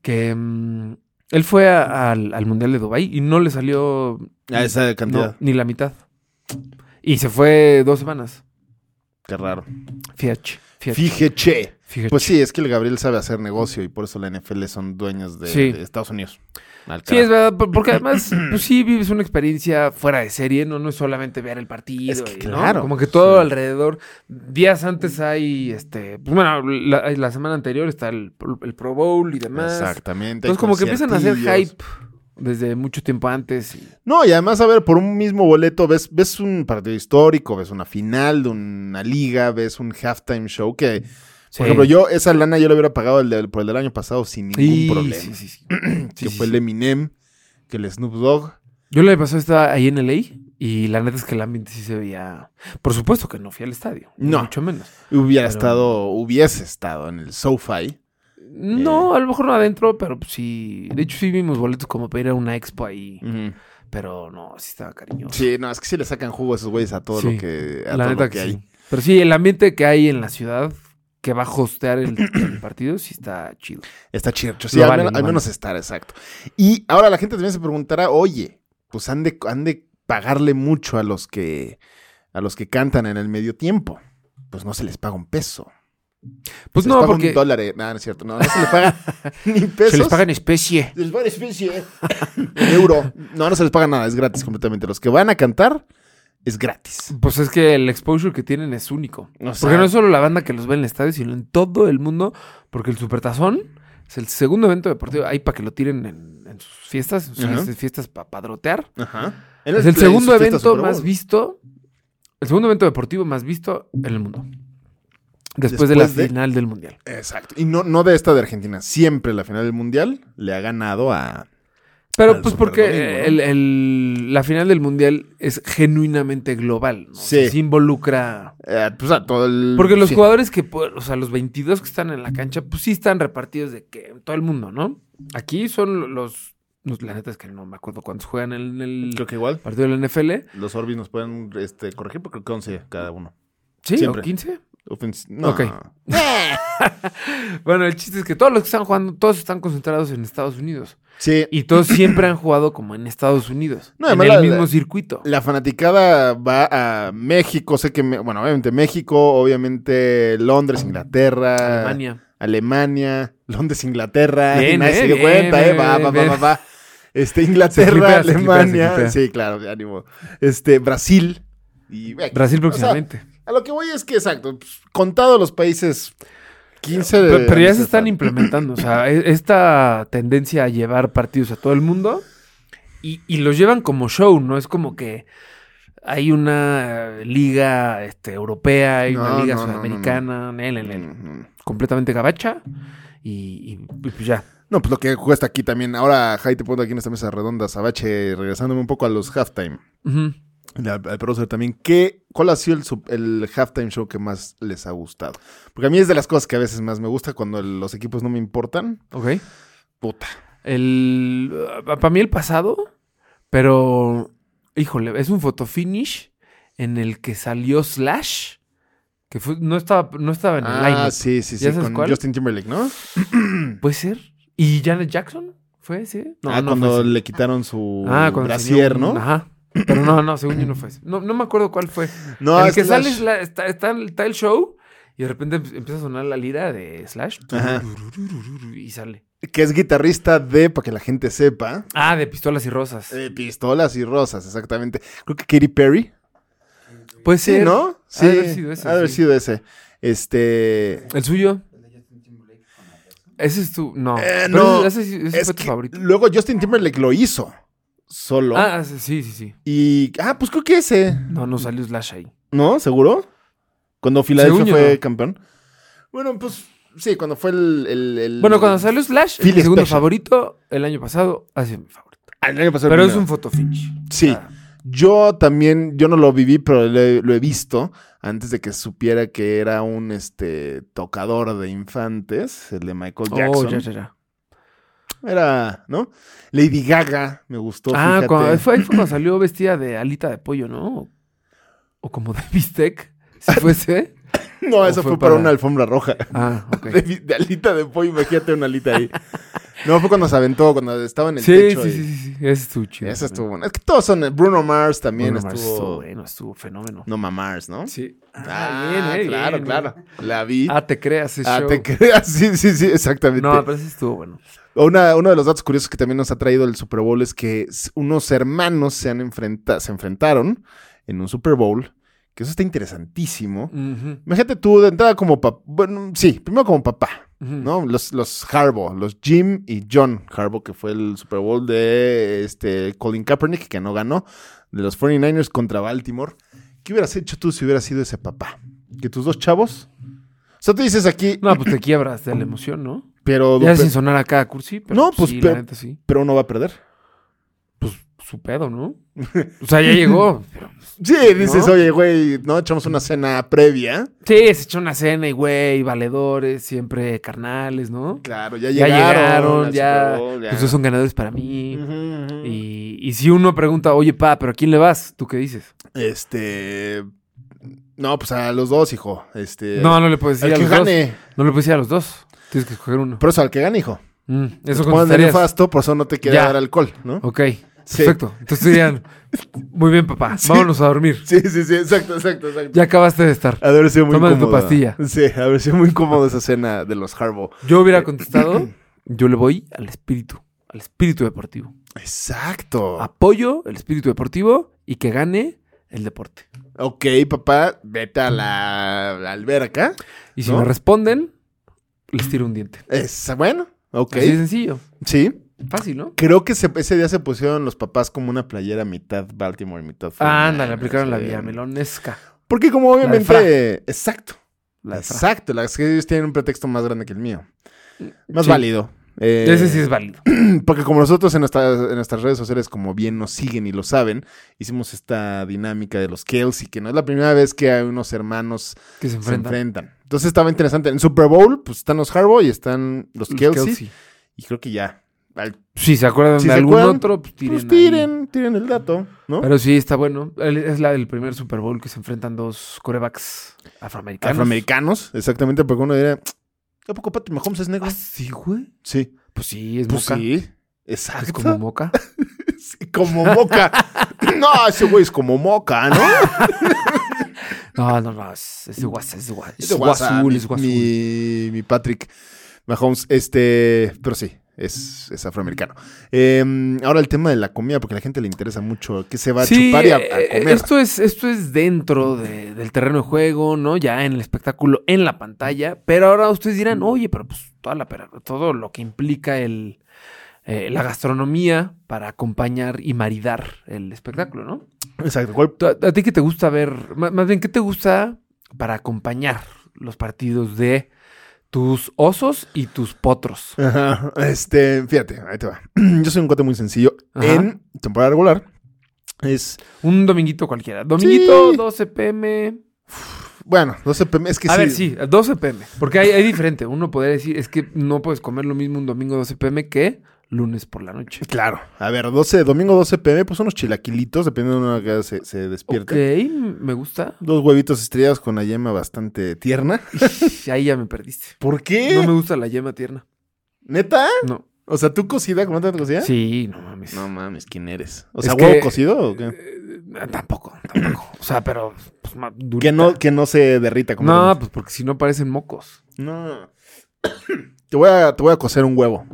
Speaker 3: que mm, él fue a- al, al Mundial de Dubai y no le salió
Speaker 2: A Ah, esa cantidad,
Speaker 3: no, ni la mitad. Y se fue dos semanas.
Speaker 2: qué raro.
Speaker 3: Fiach. Fiach.
Speaker 2: Fíjese.
Speaker 3: Fíjate.
Speaker 2: Pues sí, es que el Gabriel sabe hacer negocio y por eso la NFL son dueños de,
Speaker 3: Sí.
Speaker 2: de Estados Unidos. Al
Speaker 3: Sí,
Speaker 2: carajo.
Speaker 3: es verdad, por- porque además, pues sí, vives una experiencia fuera de serie, no, no es solamente ver el partido.
Speaker 2: Es que
Speaker 3: y, ¿no?
Speaker 2: claro,
Speaker 3: Como que todo
Speaker 2: sí.
Speaker 3: alrededor. Días antes hay, este, pues, bueno, la, la semana anterior está el, el Pro Bowl y demás.
Speaker 2: Exactamente. hay
Speaker 3: Entonces como que empiezan a hacer
Speaker 2: conciertillos.
Speaker 3: hype desde mucho tiempo antes. y-
Speaker 2: No, y además, a ver, por un mismo boleto ves, ves un partido histórico, ves una final de una liga, ves un halftime show que,
Speaker 3: Sí.
Speaker 2: por ejemplo, yo esa lana yo la hubiera pagado el del- por el del año pasado sin ningún
Speaker 3: Y-
Speaker 2: problema.
Speaker 3: sí, sí, sí.
Speaker 2: que
Speaker 3: Sí, sí,
Speaker 2: fue el
Speaker 3: sí.
Speaker 2: Eminem, que el Snoop Dogg.
Speaker 3: Yo le pasó estaba ahí en LA y la neta es que el ambiente sí se veía. Por supuesto que no fui al estadio. ni
Speaker 2: No.
Speaker 3: Mucho menos.
Speaker 2: Hubiera
Speaker 3: Pero-
Speaker 2: estado, hubiese estado en el SoFi.
Speaker 3: No, a lo mejor no adentro, pero pues, sí. De hecho, sí vimos boletos como para ir a una expo ahí. Pero no, sí estaba cariñoso.
Speaker 2: Mm. Sí, no, es que sí le sacan jugo a esos güeyes a todo
Speaker 3: Sí,
Speaker 2: lo que, a
Speaker 3: la
Speaker 2: todo
Speaker 3: neta
Speaker 2: lo que
Speaker 3: que
Speaker 2: hay.
Speaker 3: sí. Pero sí, el ambiente que hay en la ciudad que va a hostear el, el partido sí está chido.
Speaker 2: Está chircho. Sí,
Speaker 3: Lo
Speaker 2: al,
Speaker 3: vale,
Speaker 2: menos,
Speaker 3: lo
Speaker 2: al
Speaker 3: vale.
Speaker 2: menos estar, exacto. Y ahora la gente también se preguntará, oye, pues han de, han de pagarle mucho a los que a los que cantan en el medio tiempo. Pues no se les paga un peso.
Speaker 3: Pues
Speaker 2: se
Speaker 3: no,
Speaker 2: les paga
Speaker 3: porque
Speaker 2: un dólar. eh. No, no es cierto. No, no se les
Speaker 3: <laughs>
Speaker 2: paga ni pesos.
Speaker 3: se les paga en especie.
Speaker 2: Se les paga en especie. eh. En euro. No, no se les paga nada. Es gratis completamente. Los que van a cantar es gratis.
Speaker 3: Pues es que el exposure que tienen es único.
Speaker 2: O sea-
Speaker 3: porque no es solo la banda que los ve en el estadio, sino en todo el mundo. Porque el Supertazón es el segundo evento deportivo ahí para que lo tiren en, en sus fiestas, en sus
Speaker 2: Ajá.
Speaker 3: fiestas- fiestas para padrotear.
Speaker 2: Ajá.
Speaker 3: Es el segundo evento más visto, el segundo evento deportivo más visto en el mundo. Después, de la
Speaker 2: Después de-
Speaker 3: final del Mundial.
Speaker 2: Exacto. Y no, no de esta de Argentina. Siempre la final del mundial le ha ganado a.
Speaker 3: Pero
Speaker 2: al
Speaker 3: pues
Speaker 2: Super
Speaker 3: porque
Speaker 2: Domingo, ¿no?
Speaker 3: el- el- la final del Mundial es genuinamente global. ¿no? O sea,
Speaker 2: Sí.
Speaker 3: se involucra...
Speaker 2: eh, pues a todo el.
Speaker 3: Porque los
Speaker 2: sí.
Speaker 3: jugadores que, pu- o sea, los 22 que están en la cancha, pues sí están repartidos de que en todo el mundo, ¿no? Aquí son los... los- La neta es que no me acuerdo cuántos juegan en el
Speaker 2: Creo que igual.
Speaker 3: partido de la NFL.
Speaker 2: Los Orbis nos pueden este, corregir porque creo que 11 cada uno.
Speaker 3: Sí,
Speaker 2: Siempre.
Speaker 3: o 15.
Speaker 2: Ofens- no.
Speaker 3: Ok. Bueno, el chiste es que todos los que están jugando, todos están concentrados en Estados Unidos.
Speaker 2: Sí.
Speaker 3: Y todos siempre han jugado como en Estados Unidos.
Speaker 2: No,
Speaker 3: en
Speaker 2: además
Speaker 3: el
Speaker 2: la-
Speaker 3: mismo
Speaker 2: la-
Speaker 3: circuito.
Speaker 2: La fanaticada va a México, sé que, me- bueno, obviamente México, obviamente Londres, Inglaterra,
Speaker 3: Alemania.
Speaker 2: Alemania, Londres, Inglaterra,
Speaker 3: Bien,
Speaker 2: y nadie se
Speaker 3: eh,
Speaker 2: dio
Speaker 3: bien,
Speaker 2: cuenta, eh,
Speaker 3: bien,
Speaker 2: va, va,
Speaker 3: bien.
Speaker 2: va, va, va. Este, Inglaterra,
Speaker 3: clipea, se clipea, se
Speaker 2: Alemania,
Speaker 3: clipea.
Speaker 2: sí, claro, ánimo. Este, Brasil. Y, eh,
Speaker 3: Brasil
Speaker 2: o sea,
Speaker 3: próximamente.
Speaker 2: a lo que voy es que, exacto, pues, contado los países, 15 de...
Speaker 3: Pe- Pero ya se
Speaker 2: están
Speaker 3: están implementando. O
Speaker 2: <clears throat>
Speaker 3: sea, e- esta tendencia a llevar partidos a todo el mundo y, y los llevan como show, ¿no? Es como que hay una eh, liga este, europea, hay
Speaker 2: No,
Speaker 3: una liga
Speaker 2: no, Mm. no, no, no.
Speaker 3: sudamericana, nel, nel, nel. completamente gabacha. Y, y- y pues ya.
Speaker 2: No, pues lo que cuesta aquí también. Ahora, Jai, te pongo aquí en esta mesa redonda, Sabache, regresándome un poco a los halftime.
Speaker 3: Ujú.
Speaker 2: y Al, al producer también. ¿Qué, ¿Cuál ha sido el, sub- el halftime show que más les ha gustado? Porque a mí es de las cosas que a veces más me gusta cuando el- los equipos no me importan.
Speaker 3: Ok.
Speaker 2: Puta.
Speaker 3: El, ah, para mí el pasado, pero híjole, es un fotofinish en el que salió Slash, que fue- no, estaba, no estaba en el
Speaker 2: Ah,
Speaker 3: lineup.
Speaker 2: sí, sí, sí.
Speaker 3: ¿Ya sabes
Speaker 2: Con
Speaker 3: cuál?
Speaker 2: Justin Timberlake, ¿no?
Speaker 3: ¿Puede ser? ¿Y Janet Jackson? ¿Fue ese? No,
Speaker 2: ah,
Speaker 3: no
Speaker 2: cuando
Speaker 3: fue ese.
Speaker 2: le quitaron su
Speaker 3: Ah, cuando
Speaker 2: brasier,
Speaker 3: tenía un-
Speaker 2: ¿no?
Speaker 3: Ajá. Pero no, no, según yo no fue ese. No, no me acuerdo cuál fue.
Speaker 2: No,
Speaker 3: el que
Speaker 2: Slash.
Speaker 3: sale Slash- está, está- está el show y de repente em- empieza a sonar la lira de Slash
Speaker 2: Ajá.
Speaker 3: y sale.
Speaker 2: Que es guitarrista de, para que la gente sepa,
Speaker 3: Ah, de pistolas y rosas.
Speaker 2: eh, Pistolas y Rosas, exactamente. Creo que Katy Perry.
Speaker 3: Puede
Speaker 2: Sí,
Speaker 3: ser.
Speaker 2: ¿no?
Speaker 3: Ha de haber sido ese,
Speaker 2: ha de haber
Speaker 3: sí.
Speaker 2: sido ese. Este.
Speaker 3: ¿El suyo? Ese es tu. No.
Speaker 2: Eh,
Speaker 3: Pero
Speaker 2: no,
Speaker 3: Ese, ese
Speaker 2: es
Speaker 3: fue tu
Speaker 2: que
Speaker 3: favorito.
Speaker 2: Luego Justin Timberlake lo hizo solo.
Speaker 3: Ah, sí, sí, sí.
Speaker 2: Y. Ah, pues creo que ese.
Speaker 3: No, no salió Slash ahí.
Speaker 2: ¿No? ¿Seguro? Cuando Filadelfia
Speaker 3: Según yo,
Speaker 2: fue
Speaker 3: no.
Speaker 2: campeón. Bueno, pues sí, cuando fue el. el- el-
Speaker 3: Bueno, cuando salió Slash,
Speaker 2: Phil
Speaker 3: el segundo
Speaker 2: Special.
Speaker 3: favorito, el año pasado, ha sido mi favorito.
Speaker 2: Ah, el año pasado
Speaker 3: Pero es
Speaker 2: primero.
Speaker 3: un fotofinish.
Speaker 2: Sí.
Speaker 3: Ah.
Speaker 2: Yo también, yo no lo viví, pero lo he, lo he visto antes de que supiera que era un este tocador de infantes, el de Michael Jackson.
Speaker 3: Oh, ya, ya, ya.
Speaker 2: Era, ¿no? Lady Gaga me gustó.
Speaker 3: Ah,
Speaker 2: fíjate.
Speaker 3: cuando, fue, ahí fue cuando salió vestida de alita de pollo, ¿no? O como de bistec, si
Speaker 2: <laughs>
Speaker 3: fuese.
Speaker 2: No,
Speaker 3: ¿O
Speaker 2: eso fue,
Speaker 3: fue
Speaker 2: para
Speaker 3: para-
Speaker 2: una alfombra <laughs> roja.
Speaker 3: Ah, <laughs> ok.
Speaker 2: De, de alita de pollo, imagínate una alita ahí. No, fue cuando se aventó, cuando estaba en el
Speaker 3: Sí, sí,
Speaker 2: techo.
Speaker 3: sí,
Speaker 2: y-
Speaker 3: sí, sí. Ese estuvo chido.
Speaker 2: Esa estuvo buena. Es que todos son. Bruno Mars también
Speaker 3: Bruno Mars
Speaker 2: estuvo.
Speaker 3: bueno, estuvo fenómeno.
Speaker 2: No mamars, ¿no?
Speaker 3: Sí.
Speaker 2: Ah,
Speaker 3: bien, eh,
Speaker 2: claro,
Speaker 3: bien,
Speaker 2: claro.
Speaker 3: bien.
Speaker 2: La vi.
Speaker 3: Ah, te creas ese
Speaker 2: Ah,
Speaker 3: show.
Speaker 2: te creas. <laughs> Sí, sí, sí, exactamente.
Speaker 3: No, pero ese estuvo bueno.
Speaker 2: Una- uno de los datos curiosos que también nos ha traído el Super Bowl es que s- unos hermanos se, han enfrenta- se enfrentaron en un Super Bowl, que eso está interesantísimo.
Speaker 3: Ujú,
Speaker 2: Imagínate tú de entrada como papá. Bueno, sí, primero como papá,
Speaker 3: ujú.
Speaker 2: ¿no? Los, los Harbaugh, los Jim y John Harbaugh, que fue el Super Bowl de este, Colin Kaepernick, que no ganó, de los 49ers contra Baltimore. ¿Qué hubieras hecho tú si hubieras sido ese papá? Que tus dos chavos. O sea, tú dices aquí,
Speaker 3: No, pues te quiebras de la emoción, ¿no?
Speaker 2: pero,
Speaker 3: Ya
Speaker 2: pe-
Speaker 3: sin sonar acá a cursi, pero
Speaker 2: No,
Speaker 3: no,
Speaker 2: pues,
Speaker 3: pues, sí,
Speaker 2: pero-
Speaker 3: la neta sí.
Speaker 2: pero uno va a perder.
Speaker 3: Pues su pedo,
Speaker 2: <laughs>
Speaker 3: ¿no? O sea, ya llegó. pero-
Speaker 2: Sí, dices,
Speaker 3: ¿No?
Speaker 2: oye, güey, no, echamos una cena previa.
Speaker 3: Sí, se echó una cena y güey, valedores, siempre carnales, ¿no?
Speaker 2: Claro, ya
Speaker 3: Ya
Speaker 2: llegaron.
Speaker 3: llegaron,
Speaker 2: al
Speaker 3: ya.
Speaker 2: Super Bowl, ya.
Speaker 3: Pues esos son ganadores para mí.
Speaker 2: Ujú, ujú.
Speaker 3: y, y si uno pregunta, oye, pa, ¿pero a quién le vas? ¿Tú qué dices?
Speaker 2: Este. No, pues a los dos, hijo. Este.
Speaker 3: No, no le puedes
Speaker 2: al
Speaker 3: decir a
Speaker 2: que
Speaker 3: los
Speaker 2: gane.
Speaker 3: dos. No le puedes decir a los dos. Tienes que escoger uno.
Speaker 2: Por eso, al que gane, hijo.
Speaker 3: Mm, eso
Speaker 2: Te ponen de
Speaker 3: contestarías.
Speaker 2: nefasto, por eso no te quiere
Speaker 3: Ya.
Speaker 2: dar alcohol, ¿no?
Speaker 3: Ok,
Speaker 2: Sí.
Speaker 3: perfecto. Entonces dirían, muy bien, papá, vámonos a dormir.
Speaker 2: Sí, sí, sí, exacto, exacto, exacto.
Speaker 3: Ya acabaste de estar.
Speaker 2: A ver, sido muy
Speaker 3: Tómate tu
Speaker 2: incómodo.
Speaker 3: pastilla.
Speaker 2: Sí, a ver, sido muy incómodo esa cena de los Harbo.
Speaker 3: Yo hubiera contestado, yo le voy al espíritu, al espíritu deportivo.
Speaker 2: Exacto.
Speaker 3: Ah. Apoyo el espíritu deportivo y que gane el deporte.
Speaker 2: Ok, papá, vete a la, la alberca.
Speaker 3: Y si
Speaker 2: ¿No?
Speaker 3: me responden, les tiro un diente.
Speaker 2: Es, bueno, ok.
Speaker 3: Así de sencillo.
Speaker 2: Sí.
Speaker 3: Fácil, ¿no?
Speaker 2: Creo que se- ese día se pusieron los papás como una playera mitad Baltimore, mitad
Speaker 3: Ah, ándale,
Speaker 2: Fortnite,
Speaker 3: aplicaron la
Speaker 2: sí.
Speaker 3: vía melonesca.
Speaker 2: Porque como
Speaker 3: de
Speaker 2: obviamente... exacto.
Speaker 3: La de Fra.
Speaker 2: exacto. Las que ellos tienen un pretexto más grande que el mío. Más
Speaker 3: Sí.
Speaker 2: válido. Eh,
Speaker 3: Ese sí es válido.
Speaker 2: <clears throat> Porque como nosotros en nuestras, en nuestras redes sociales, como bien nos siguen y lo saben, hicimos esta dinámica de los Kelsey, que no es la primera vez que hay unos hermanos
Speaker 3: Que se
Speaker 2: se
Speaker 3: enfrentan.
Speaker 2: enfrentan. Entonces estaba interesante. En Super Bowl, pues están los Harbaugh y están los,
Speaker 3: Los
Speaker 2: Kelsey,
Speaker 3: Kelce.
Speaker 2: Y creo que ya. Al-
Speaker 3: Si se acuerdan
Speaker 2: Si
Speaker 3: de
Speaker 2: se
Speaker 3: algún
Speaker 2: acuerdan,
Speaker 3: otro, pues tiren.
Speaker 2: pues
Speaker 3: ahí.
Speaker 2: tiren, tiren el dato, ¿no?
Speaker 3: Pero sí, está bueno. El- Es la del primer Super Bowl que se enfrentan dos corebacks afroamericanos.
Speaker 2: Afroamericanos, exactamente, porque uno diría, ¿a poco Patrick Mahomes es negro?
Speaker 3: Ah, sí, güey.
Speaker 2: Sí.
Speaker 3: Pues sí, es
Speaker 2: Pues
Speaker 3: moca.
Speaker 2: sí.
Speaker 3: Es
Speaker 2: Exacto.
Speaker 3: como moca.
Speaker 2: <laughs> Sí, como moca. <laughs> no, ese güey es como moca, <laughs> ¿no?
Speaker 3: No, no, no. Es, es guasa, es guasa. Es
Speaker 2: Ese WhatsApp,
Speaker 3: guasul,
Speaker 2: mi-
Speaker 3: es guasul.
Speaker 2: Mi, mi Patrick Mahomes, este, pero sí, es, es afroamericano. Eh, ahora el tema de la comida, porque a la gente le interesa mucho qué se va a chupar y a, a
Speaker 3: eh,
Speaker 2: comer.
Speaker 3: Esto es, esto es dentro de- del terreno de juego, ¿no? Ya en el espectáculo, en la pantalla. Pero ahora ustedes dirán, oye, pero pues toda la, pera- todo lo que implica el, eh, la gastronomía para acompañar y maridar el espectáculo, ¿no?
Speaker 2: Exacto. ¿cuál-
Speaker 3: ¿Tú- ¿A, a ti qué te gusta ver? Ma- Más bien, ¿qué te gusta para acompañar los partidos de tus osos y tus potros?
Speaker 2: Ajá, Este, fíjate, ahí te va. <clears throat> Yo soy un cuate muy sencillo.
Speaker 3: Ajá.
Speaker 2: En temporada regular es,
Speaker 3: Un dominguito cualquiera. Dominguito,
Speaker 2: Sí.
Speaker 3: 12 pm.
Speaker 2: bueno, 12 pm, es que
Speaker 3: a
Speaker 2: sí.
Speaker 3: ver, sí, 12 pm. Porque hay, hay diferente. Uno podría decir, es que no puedes comer lo mismo un domingo 12 pm que lunes por la noche.
Speaker 2: Claro. A ver, 12, domingo 12 pm, pues unos chilaquilitos, dependiendo de una hora que se, se
Speaker 3: Ok,
Speaker 2: despierta.
Speaker 3: me gusta.
Speaker 2: Dos huevitos estrellados con la yema bastante tierna.
Speaker 3: Ahí ya me perdiste.
Speaker 2: ¿Por qué?
Speaker 3: <laughs> No me gusta la yema tierna.
Speaker 2: ¿Neta?
Speaker 3: No.
Speaker 2: O sea, ¿tú cocida? ¿Cómo te cocida?
Speaker 3: Sí, no mames.
Speaker 2: No mames, ¿quién eres? O
Speaker 3: Es
Speaker 2: sea,
Speaker 3: que-
Speaker 2: huevo cocido o qué?
Speaker 3: Eh, tampoco, tampoco. O sea, pero... pues, ma-
Speaker 2: Que no,
Speaker 3: durita.
Speaker 2: que no se derrita como.
Speaker 3: No, pues porque si no parecen mocos.
Speaker 2: No. <coughs> Te voy a, te voy a cocer un huevo.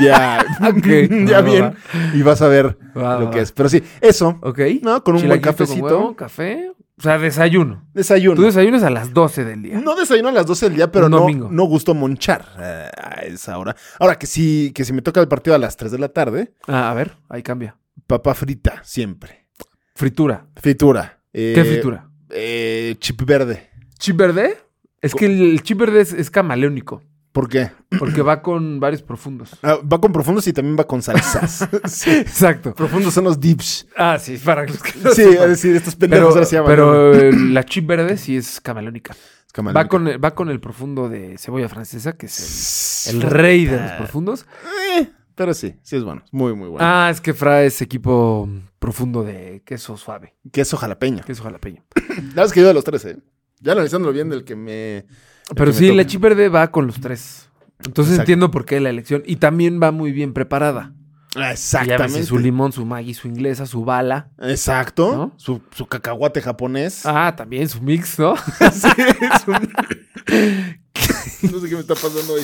Speaker 2: ya.
Speaker 3: <laughs>
Speaker 2: <laughs>
Speaker 3: Ok. Ah,
Speaker 2: ya
Speaker 3: Va, va,
Speaker 2: bien. Y vas a ver
Speaker 3: Va,
Speaker 2: lo
Speaker 3: va,
Speaker 2: que
Speaker 3: va.
Speaker 2: es. Pero sí, eso.
Speaker 3: Ah, Ok.
Speaker 2: No, con un buen
Speaker 3: Chilaquilito
Speaker 2: cafecito.
Speaker 3: huevo, café. O sea, desayuno.
Speaker 2: Desayuno.
Speaker 3: Tú desayunas a las 12 del día.
Speaker 2: No desayuno a las 12 del día, pero
Speaker 3: Un
Speaker 2: no,
Speaker 3: domingo.
Speaker 2: no gusto monchar eh, a esa hora. Ahora, que si, que si me toca el partido a las 3 de la tarde,
Speaker 3: Ah, a ver, ahí cambia.
Speaker 2: papa frita, siempre.
Speaker 3: Fritura.
Speaker 2: Fritura. Eh,
Speaker 3: ¿Qué fritura?
Speaker 2: Eh, chip verde.
Speaker 3: ¿Chip verde? Es
Speaker 2: Oh.
Speaker 3: que el, el chip verde es, es camaleónico.
Speaker 2: ¿Por qué?
Speaker 3: Porque va con varios profundos.
Speaker 2: Ah, va con profundos y también va con
Speaker 3: <laughs>
Speaker 2: salsas. sí.
Speaker 3: Exacto.
Speaker 2: Profundos son los dips.
Speaker 3: Ah, sí, para los que no
Speaker 2: Sí,
Speaker 3: sepan.
Speaker 2: es decir, estos pendejos
Speaker 3: Pero,
Speaker 2: ahora se llaman. ¿no?
Speaker 3: pero, eh, la chip verde sí es camaleónica.
Speaker 2: Es que
Speaker 3: Va
Speaker 2: malandro.
Speaker 3: con, el- va con el profundo de cebolla francesa, que es el, el rey de los profundos.
Speaker 2: Eh, pero sí, sí es bueno. Muy, muy bueno.
Speaker 3: Ah, es que Fra es equipo profundo de queso suave,
Speaker 2: Queso jalapeño.
Speaker 3: queso jalapeño.
Speaker 2: La verdad es que yo de los tres, eh. Ya analizándolo bien del que me. el
Speaker 3: Pero
Speaker 2: que me
Speaker 3: sí,
Speaker 2: toca.
Speaker 3: la chip verde va con los tres. Entonces
Speaker 2: Exacto.
Speaker 3: entiendo por qué la elección. Y también va muy bien preparada.
Speaker 2: Ah,
Speaker 3: Exactamente. Su
Speaker 2: Exactamente.
Speaker 3: limón, su Maggi, su inglesa, su bala.
Speaker 2: Exacto.
Speaker 3: ¿No?
Speaker 2: Su, su cacahuate japonés.
Speaker 3: Ah, también su mix, ¿no? <laughs>
Speaker 2: Sí, es un- no sé qué me está pasando hoy.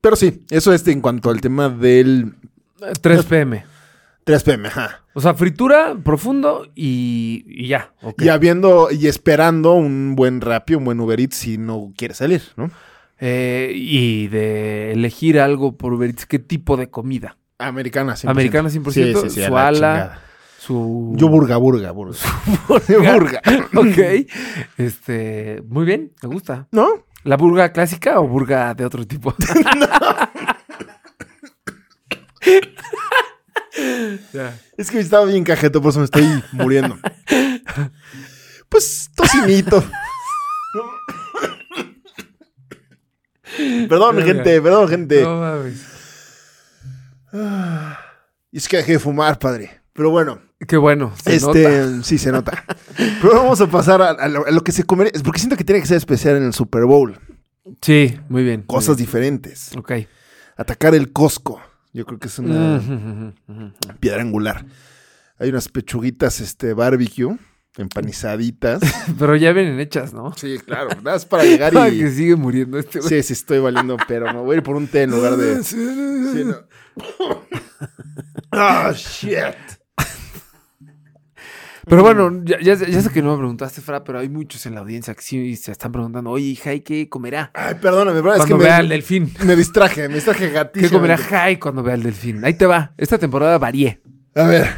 Speaker 2: Pero sí, eso es en cuanto al tema del
Speaker 3: 3 pm.
Speaker 2: 3 pm. Ajá.
Speaker 3: O sea, fritura, profundo y, y ya. Ok.
Speaker 2: Y habiendo y esperando un buen Rappi, un buen Uber Eats si no quiere salir, ¿no?
Speaker 3: Eh, y de elegir algo por Uber Eats, ¿qué tipo de comida?
Speaker 2: Americana, 100%.
Speaker 3: Americana 100%,
Speaker 2: a
Speaker 3: su
Speaker 2: la
Speaker 3: ala.
Speaker 2: chingada.
Speaker 3: Su.
Speaker 2: Yo burga, burga, burga.
Speaker 3: <laughs>
Speaker 2: burga.
Speaker 3: ok. Este. Muy bien, me gusta.
Speaker 2: ¿No?
Speaker 3: ¿La burga clásica o burga de otro tipo? <laughs> Ya.
Speaker 2: Es que estaba bien cajeto, por eso me estoy
Speaker 3: <laughs>
Speaker 2: muriendo. Pues tocinito. <laughs> perdón,
Speaker 3: Verga.
Speaker 2: gente, perdón, gente.
Speaker 3: No mames.
Speaker 2: Es que dejé de fumar, padre. Pero bueno,
Speaker 3: Qué bueno. se
Speaker 2: este,
Speaker 3: nota.
Speaker 2: sí, se nota. Pero vamos a pasar a, a lo, a lo que se comería. Porque siento que tiene que ser especial en el Super Bowl.
Speaker 3: Sí, muy bien. muy
Speaker 2: Cosas diferentes.
Speaker 3: bien. Ok.
Speaker 2: Atacar el Costco. Yo creo que es una
Speaker 3: Mm, mm, mm, mm.
Speaker 2: piedra angular. Hay unas pechuguitas este, barbecue, empanizaditas.
Speaker 3: Pero ya vienen hechas, ¿no?
Speaker 2: <laughs> Sí, claro. Nada más para
Speaker 3: <laughs>
Speaker 2: llegar
Speaker 3: Ah,
Speaker 2: y.
Speaker 3: que sigue muriendo este güey.
Speaker 2: Sí, sí, estoy valiendo, pero me voy a ir por un té en lugar
Speaker 3: Mm.
Speaker 2: de. Sí, no. <laughs> Ah, shit.
Speaker 3: Pero bueno, ya, ya sé- ya sé que no me preguntaste, Fra, pero hay muchos en la audiencia que sí se están preguntando, oye, hija, ¿y qué comerá?
Speaker 2: Ay, perdóname, pero Ah, es que
Speaker 3: Cuando vea al
Speaker 2: me,
Speaker 3: delfín.
Speaker 2: me distraje, me distraje
Speaker 3: ¿Qué
Speaker 2: gatísimo.
Speaker 3: comerá Jai cuando vea al delfín? Ahí te va. Esta temporada varié.
Speaker 2: A ver.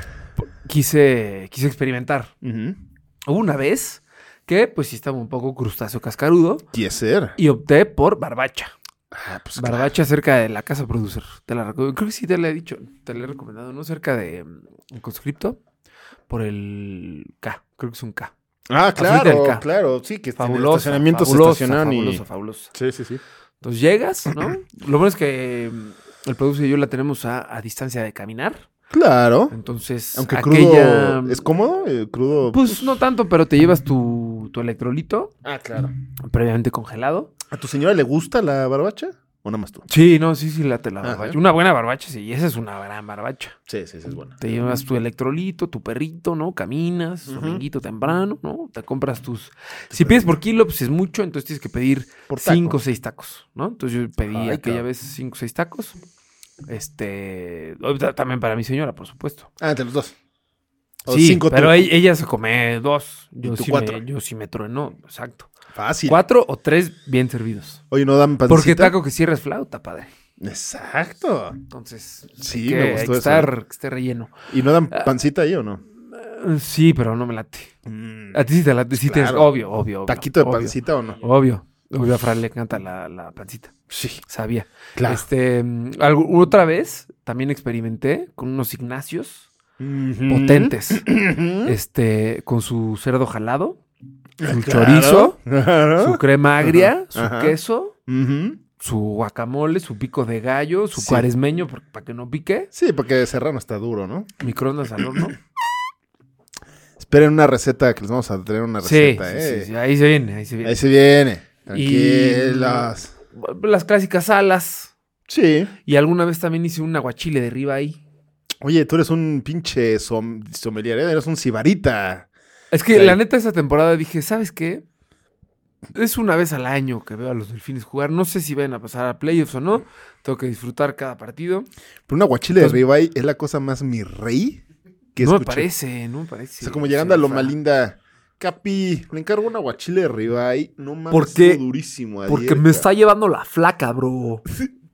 Speaker 3: Quise, quise experimentar. Hubo una vez que, pues sí, estaba un poco crustáceo cascarudo
Speaker 2: Quiere ser.
Speaker 3: y opté por barbacha.
Speaker 2: Ah, pues claro.
Speaker 3: Barbacha cerca de la casa producer. Te la reco- Creo que sí te la he dicho, te la he recomendado, ¿no? Cerca de mm, Conscripto por el K. Creo que es un K.
Speaker 2: Ah,
Speaker 3: Afrodita del
Speaker 2: claro,
Speaker 3: K.
Speaker 2: claro. Sí, que
Speaker 3: Fabulosa.
Speaker 2: estacionamientos
Speaker 3: fabulosa,
Speaker 2: estacionan y...
Speaker 3: fabulosa, fabulosa.
Speaker 2: Sí, sí, sí.
Speaker 3: Entonces llegas, ¿no? <clears throat> Lo bueno es que mm, el producer y yo la tenemos a, a distancia de caminar.
Speaker 2: Claro.
Speaker 3: Entonces,
Speaker 2: Aunque
Speaker 3: aquella- mm,
Speaker 2: crudo... ¿Es cómodo? Eh, crudo...
Speaker 3: Pues no tanto, pero te llevas tu, tu electrolito
Speaker 2: Ah, claro.
Speaker 3: previamente congelado.
Speaker 2: ¿A tu señora le gusta la barbacha? ¿O nada más tú?
Speaker 3: Sí, no, sí, sí, late la
Speaker 2: Ajá.
Speaker 3: barbacha. Una buena barbacha, sí, esa es una gran barbacha.
Speaker 2: Sí, sí, sí, es buena.
Speaker 3: Te llevas tu electrolito, tu perrito, ¿no? Caminas, dominguito temprano, ¿no? Te compras tus... Si pides por kilo, pues es mucho, entonces tienes que pedir
Speaker 2: Por taco.
Speaker 3: cinco o seis tacos, ¿no? Entonces yo pedí
Speaker 2: Ay,
Speaker 3: aquella
Speaker 2: cabrón.
Speaker 3: vez cinco o seis tacos. Este... o- ta- También para mi señora, por supuesto.
Speaker 2: Ah, entre los dos. O
Speaker 3: sí,
Speaker 2: cinco
Speaker 3: pero
Speaker 2: tú.
Speaker 3: e- ella se come dos. Yo
Speaker 2: tú
Speaker 3: sí,
Speaker 2: cuatro.
Speaker 3: Me, yo sí me trueno, exacto.
Speaker 2: Fácil.
Speaker 3: Cuatro o tres bien servidos.
Speaker 2: Oye, ¿no dan pancita?
Speaker 3: Porque taco que cierra es flauta, padre.
Speaker 2: Exacto.
Speaker 3: Entonces,
Speaker 2: Sí,
Speaker 3: hay que,
Speaker 2: me gustó
Speaker 3: hay que
Speaker 2: eso, ¿eh?
Speaker 3: estar, que esté relleno.
Speaker 2: ¿Y no dan
Speaker 3: Ah.
Speaker 2: pancita ahí o no?
Speaker 3: Eh, Sí, pero no me late. A ti sí te late, sí tienes-
Speaker 2: claro.
Speaker 3: obvio, obvio, obvio.
Speaker 2: ¿Taquito de
Speaker 3: Mm, obvio,
Speaker 2: pancita o no?
Speaker 3: Obvio. Obvio, a Fran le encanta la, la pancita.
Speaker 2: Sí.
Speaker 3: Sabía.
Speaker 2: Claro.
Speaker 3: Este, mm, algo- otra vez también experimenté con unos ignacios
Speaker 2: Mm.
Speaker 3: potentes. Este, con su cerdo jalado, su chorizo,
Speaker 2: Claro.
Speaker 3: su crema agria, su
Speaker 2: Ah, ajá.
Speaker 3: queso,
Speaker 2: Ujú.
Speaker 3: su guacamole, su pico de gallo, su
Speaker 2: Sí.
Speaker 3: cuaresmeño por- para que no pique.
Speaker 2: Sí, porque serrano está duro, ¿no?
Speaker 3: Microondas al horno.
Speaker 2: Esperen una receta, que les vamos a tener una
Speaker 3: Sí,
Speaker 2: receta,
Speaker 3: sí,
Speaker 2: ¿eh?
Speaker 3: sí, sí, ahí se viene, ahí se viene.
Speaker 2: Ahí se viene. Tranquilas.
Speaker 3: Las clásicas alas.
Speaker 2: Sí.
Speaker 3: Y alguna vez también hice un aguachile de arriba ahí.
Speaker 2: Oye, tú eres un pinche som sommelier, ¿eh? eres un sibarita.
Speaker 3: Es que
Speaker 2: Sí.
Speaker 3: la neta, esa temporada dije, ¿sabes qué? Es una vez al año que veo a los delfines jugar. No sé si van a pasar a playoffs o no. Tengo que disfrutar cada partido.
Speaker 2: Pero un aguachile de
Speaker 3: Entonces-
Speaker 2: ribeye es la cosa más mi rey que
Speaker 3: no me
Speaker 2: escuché.
Speaker 3: parece, no me
Speaker 2: o
Speaker 3: parece.
Speaker 2: sea, como llegando a lo
Speaker 3: Rafa.
Speaker 2: malinda. Capi, le encargo un aguachile de ribeye. No mames,
Speaker 3: ¿Por qué?
Speaker 2: estuvo durísimo. ayer,
Speaker 3: Porque me está
Speaker 2: cabrón.
Speaker 3: llevando la flaca, bro.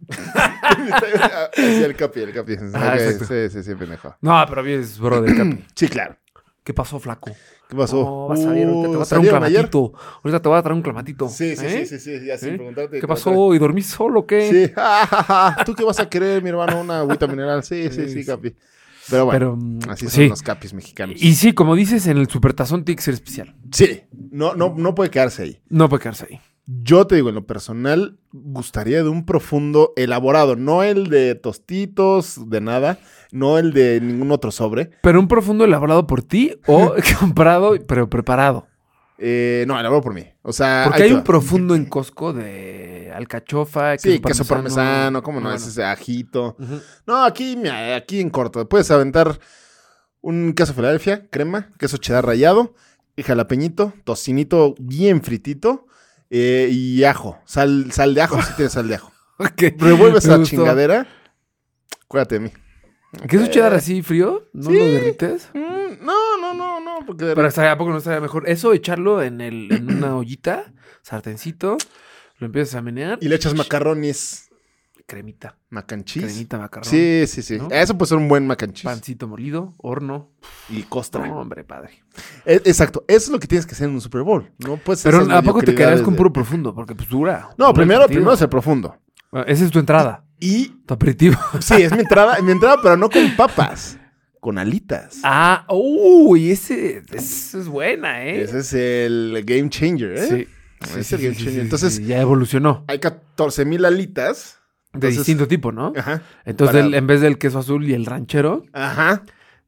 Speaker 2: Me está- <laughs> Así el capi, el capi.
Speaker 3: Ah,
Speaker 2: Ok,
Speaker 3: exacto.
Speaker 2: sí, sí, sí, pendejo.
Speaker 3: No, pero bien, es bro
Speaker 2: <clears throat>
Speaker 3: del Capi.
Speaker 2: Sí, claro.
Speaker 3: ¿Qué pasó, flaco?
Speaker 2: ¿Qué pasó?
Speaker 3: No, vas a ver, ahorita te
Speaker 2: Uh,
Speaker 3: voy a traer un
Speaker 2: ¿salieron ayer?
Speaker 3: clamatito. Ahorita te voy a traer un clamatito.
Speaker 2: Sí, sí,
Speaker 3: ¿Eh?
Speaker 2: sí, sí, sí, ya sin
Speaker 3: ¿Eh?
Speaker 2: preguntarte.
Speaker 3: ¿Qué
Speaker 2: te
Speaker 3: <laughs> pasó? ¿Y dormí solo o qué?
Speaker 2: Sí, <laughs> ja, ja, ja. ¿Tú qué vas a querer, mi hermano? Una agüita mineral. Sí, sí, sí,
Speaker 3: Sí, sí.
Speaker 2: capi. Pero bueno,
Speaker 3: Pero, mm,
Speaker 2: así son
Speaker 3: sí.
Speaker 2: los capis mexicanos.
Speaker 3: Y sí, como dices, en el supertazón tiene que ser especial.
Speaker 2: Sí, no, no, no puede quedarse ahí.
Speaker 3: No puede quedarse ahí.
Speaker 2: Yo te digo, en lo personal, gustaría de un profundo elaborado, no el de tostitos, de nada, no el de ningún otro sobre.
Speaker 3: Pero un profundo elaborado por ti o <laughs> comprado, pero preparado.
Speaker 2: Eh, no, elaborado por mí. O sea, Ah, ahí
Speaker 3: Porque hay
Speaker 2: te
Speaker 3: un
Speaker 2: va.
Speaker 3: profundo en Costco de alcachofa, queso
Speaker 2: Sí, queso parmesano, cómo no,
Speaker 3: Bueno,
Speaker 2: ese es ajito.
Speaker 3: ujú.
Speaker 2: No, aquí, mira, aquí en corto. Puedes aventar un queso Filadelfia, crema, queso cheddar rallado, y jalapeñito, tocinito bien fritito eh, y ajo. Sal, sal de ajo, si tienes sal de ajo.
Speaker 3: <laughs> Ok,
Speaker 2: <laughs> Revuelves
Speaker 3: me
Speaker 2: la
Speaker 3: gustó.
Speaker 2: chingadera. Acuérdate de mí.
Speaker 3: ¿Queso cheddar así frío? ¿No
Speaker 2: Sí.
Speaker 3: lo derrites?
Speaker 2: Mm, no, no, no, no, porque de
Speaker 3: Pero estaría, ¿a poco no estaría mejor? Eso, echarlo en, el,
Speaker 2: <clears throat>
Speaker 3: en una ollita, sartencito, lo empiezas a menear.
Speaker 2: Y le echas macarrones.
Speaker 3: Cremita,
Speaker 2: Mac and cheese.
Speaker 3: cremita, macarrón,
Speaker 2: Sí, sí, sí.
Speaker 3: ¿no?
Speaker 2: Eso puede ser un buen mac and cheese.
Speaker 3: pancito molido, horno.
Speaker 2: Y costra.
Speaker 3: No, hombre, padre.
Speaker 2: E- exacto. Eso es lo que tienes que hacer en un Super Bowl. No puedes hacer
Speaker 3: Pero
Speaker 2: esas
Speaker 3: ¿a poco te quedarás
Speaker 2: mediocridades
Speaker 3: con
Speaker 2: de-
Speaker 3: puro profundo? Porque pues dura.
Speaker 2: No,
Speaker 3: dura
Speaker 2: primero,
Speaker 3: el partido.
Speaker 2: primero es el profundo.
Speaker 3: Bueno, Esa es tu entrada,
Speaker 2: Y <laughs>
Speaker 3: tu aperitivo.
Speaker 2: sí, es mi entrada, mi entrada, pero no con papas. con alitas.
Speaker 3: Ah, uy, ese, esa es buena, ¿eh?
Speaker 2: Ese es el game changer, ¿eh?
Speaker 3: Sí.
Speaker 2: Ese
Speaker 3: Sí,
Speaker 2: es
Speaker 3: sí,
Speaker 2: el game
Speaker 3: sí,
Speaker 2: changer.
Speaker 3: sí,
Speaker 2: Entonces,
Speaker 3: sí, ya evolucionó.
Speaker 2: hay 14 mil alitas.
Speaker 3: De
Speaker 2: entonces-
Speaker 3: distinto tipo, ¿no?
Speaker 2: Ajá.
Speaker 3: Entonces,
Speaker 2: para-
Speaker 3: el- en vez del queso azul y el ranchero,
Speaker 2: Ajá.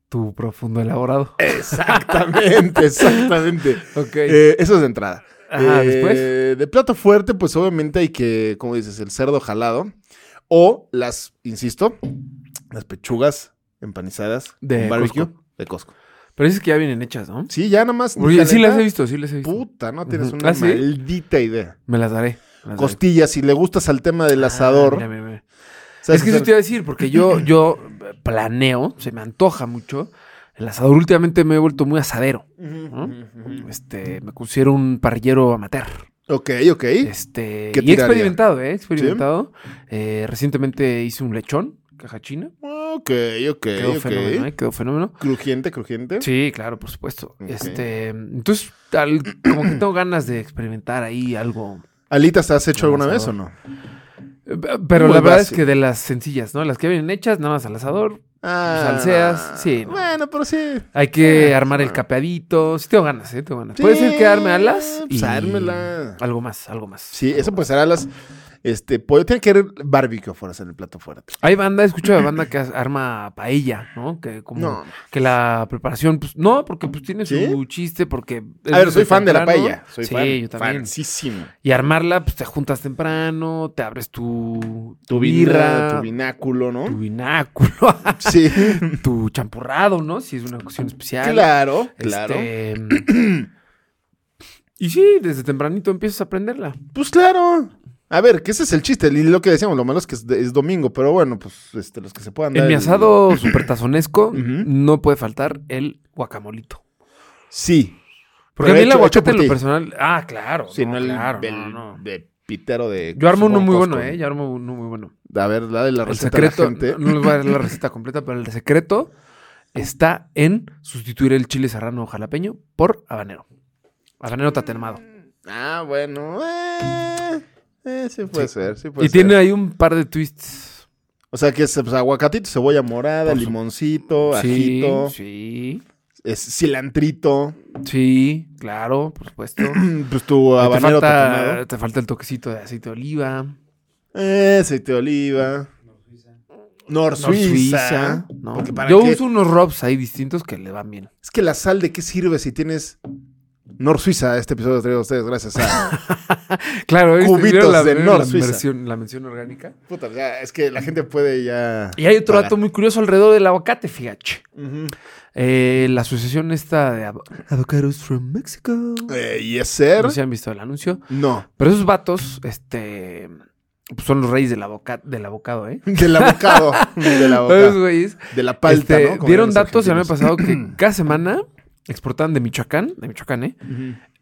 Speaker 3: tu profundo elaborado.
Speaker 2: Exactamente, <laughs> exactamente.
Speaker 3: Ok.
Speaker 2: Eh, eso es de entrada.
Speaker 3: Ajá,
Speaker 2: Eh,
Speaker 3: después.
Speaker 2: De plato fuerte, pues obviamente hay que, como dices, el cerdo jalado. O las, insisto, las pechugas empanizadas
Speaker 3: De
Speaker 2: con barbecue
Speaker 3: Costco.
Speaker 2: de Costco.
Speaker 3: Pero dices que ya vienen hechas, ¿no?
Speaker 2: Sí, ya nada más.
Speaker 3: Oye,
Speaker 2: ni
Speaker 3: sí las
Speaker 2: calentar.
Speaker 3: he visto, sí las he visto.
Speaker 2: Puta, no tienes
Speaker 3: Ujú.
Speaker 2: una
Speaker 3: ¿Ah, sí?
Speaker 2: maldita idea.
Speaker 3: Me las daré. las daré.
Speaker 2: Costillas, si le gustas al tema del
Speaker 3: Ah,
Speaker 2: asador.
Speaker 3: mira, mira, mira.
Speaker 2: ¿sabes
Speaker 3: Es que
Speaker 2: hacer?
Speaker 3: eso te iba a decir,
Speaker 2: <clears throat>
Speaker 3: porque yo, yo planeo, se me antoja mucho. El asador últimamente me he vuelto muy asadero. ¿no? Este, me pusieron un parrillero amateur.
Speaker 2: Ok, ok.
Speaker 3: Este,
Speaker 2: ¿Qué
Speaker 3: y he
Speaker 2: tiraría?
Speaker 3: experimentado, eh, he experimentado. Eh, recientemente hice un lechón, caja china.
Speaker 2: Ok, ok,
Speaker 3: Quedó
Speaker 2: ok.
Speaker 3: fenómeno, eh, quedó fenómeno.
Speaker 2: Crujiente, crujiente.
Speaker 3: Sí, claro, por supuesto.
Speaker 2: Ok.
Speaker 3: Este, entonces, al- como que tengo ganas de experimentar ahí algo.
Speaker 2: ¿Alitas has hecho
Speaker 3: Al
Speaker 2: alguna vez o
Speaker 3: asador.
Speaker 2: no?
Speaker 3: Eh, Pero
Speaker 2: Muy
Speaker 3: la verdad
Speaker 2: básico.
Speaker 3: es que de las sencillas, ¿no? Las que vienen hechas, nada más al asador. Salseas, sí,
Speaker 2: Ah.
Speaker 3: no.
Speaker 2: Bueno, pero sí.
Speaker 3: Hay que armar el capeadito. Sí, tengo ganas, ¿eh? Tengo ganas.
Speaker 2: Ah, Sí,
Speaker 3: Puede ser quedarme alas.
Speaker 2: pues, ármela.
Speaker 3: Algo más, algo más.
Speaker 2: Sí,
Speaker 3: algo
Speaker 2: eso
Speaker 3: más.
Speaker 2: pues será las. Este, pollo tiene que haber barbecue fuera en el plato fuerte.
Speaker 3: Hay banda, escucho de banda que as- arma paella, ¿no? Que como
Speaker 2: No.
Speaker 3: que la preparación, pues no, porque pues tiene
Speaker 2: ¿Sí?
Speaker 3: su chiste, porque. es
Speaker 2: A ver,
Speaker 3: desde
Speaker 2: soy fan de la
Speaker 3: temprano.
Speaker 2: paella. Soy
Speaker 3: sí,
Speaker 2: fan.
Speaker 3: yo también.
Speaker 2: Fansísimo.
Speaker 3: Y armarla, pues te juntas temprano, te abres tu, tu
Speaker 2: Birra,
Speaker 3: birra,
Speaker 2: tu vináculo, ¿no?
Speaker 3: tu vináculo,
Speaker 2: <laughs>
Speaker 3: <laughs>
Speaker 2: Sí.
Speaker 3: tu champurrado, ¿no? Si es una ocasión especial.
Speaker 2: claro, claro.
Speaker 3: Este, y sí, desde tempranito empiezas a aprenderla.
Speaker 2: Pues claro. A ver, que ese es el chiste. Y lo que decíamos, lo malo es que es, es domingo, pero bueno, pues este, los que se puedan dar.
Speaker 3: En mi
Speaker 2: el- <clears throat>
Speaker 3: asado super tazonesco
Speaker 2: Ujú.
Speaker 3: no puede faltar el guacamolito.
Speaker 2: Sí.
Speaker 3: Porque a mí el
Speaker 2: Hecho- hecho
Speaker 3: aguacate
Speaker 2: por
Speaker 3: en lo
Speaker 2: ti.
Speaker 3: personal. Ah, claro.
Speaker 2: Sí, no,
Speaker 3: no,
Speaker 2: el,
Speaker 3: claro,
Speaker 2: el-
Speaker 3: no, no, no.
Speaker 2: de pitero de.
Speaker 3: Yo armo uno
Speaker 2: Costco.
Speaker 3: muy bueno, eh. Yo armo uno muy bueno.
Speaker 2: A ver, la de la
Speaker 3: El
Speaker 2: receta de la
Speaker 3: secreto,
Speaker 2: gente.
Speaker 3: <laughs> no les voy a dar la receta completa, pero el secreto está en sustituir el chile serrano jalapeño por habanero. Habanero tatemado.
Speaker 2: Ah, bueno. Eh, eh, sí puede ser, sí puede
Speaker 3: Y
Speaker 2: ser.
Speaker 3: tiene ahí un par de twists.
Speaker 2: O sea, que es pues, aguacatito, cebolla morada,
Speaker 3: Por su-
Speaker 2: limoncito, ajito,
Speaker 3: sí,
Speaker 2: es cilantrito, <clears throat>
Speaker 3: sí, claro, por supuesto.
Speaker 2: pues tu
Speaker 3: te,
Speaker 2: habanero
Speaker 3: falta,
Speaker 2: tatemado.
Speaker 3: te falta el toquecito de aceite de oliva.
Speaker 2: Eh, aceite de oliva. Nor
Speaker 3: Nor
Speaker 2: Suiza.
Speaker 3: ¿no?
Speaker 2: Porque para
Speaker 3: Yo
Speaker 2: qué-
Speaker 3: uso unos robs ahí distintos que le van bien.
Speaker 2: Es que la sal, ¿de qué sirve si tienes Nor Suiza? Este episodio lo traigo a ustedes gracias Ah,
Speaker 3: <laughs>
Speaker 2: a...
Speaker 3: Claro, ¿viste?
Speaker 2: Cubitos
Speaker 3: ¿Vieron la,
Speaker 2: de
Speaker 3: vieron
Speaker 2: Nor
Speaker 3: la
Speaker 2: Suiza.
Speaker 3: mención- la mención orgánica.
Speaker 2: Puta, ya, es que la gente puede ya...
Speaker 3: Y hay otro
Speaker 2: pagar.
Speaker 3: dato muy curioso alrededor del aguacate, fíjate.
Speaker 2: Ujú.
Speaker 3: Eh, la asociación esta de avo- Avocados from Mexico.
Speaker 2: Eh, yes, sir.
Speaker 3: No sé si han visto el anuncio.
Speaker 2: No.
Speaker 3: Pero esos vatos, este, pues son los reyes del, avoca- del avocado, ¿eh?
Speaker 2: Del
Speaker 3: <laughs>
Speaker 2: abocado. Del
Speaker 3: Esos
Speaker 2: abocado.
Speaker 3: güeyes
Speaker 2: De la palta,
Speaker 3: este,
Speaker 2: ¿no? Como
Speaker 3: dieron
Speaker 2: dicen los
Speaker 3: datos el año
Speaker 2: argentinos. <clears throat>
Speaker 3: pasado que cada semana exportaban de Michoacán, de Michoacán, ¿eh?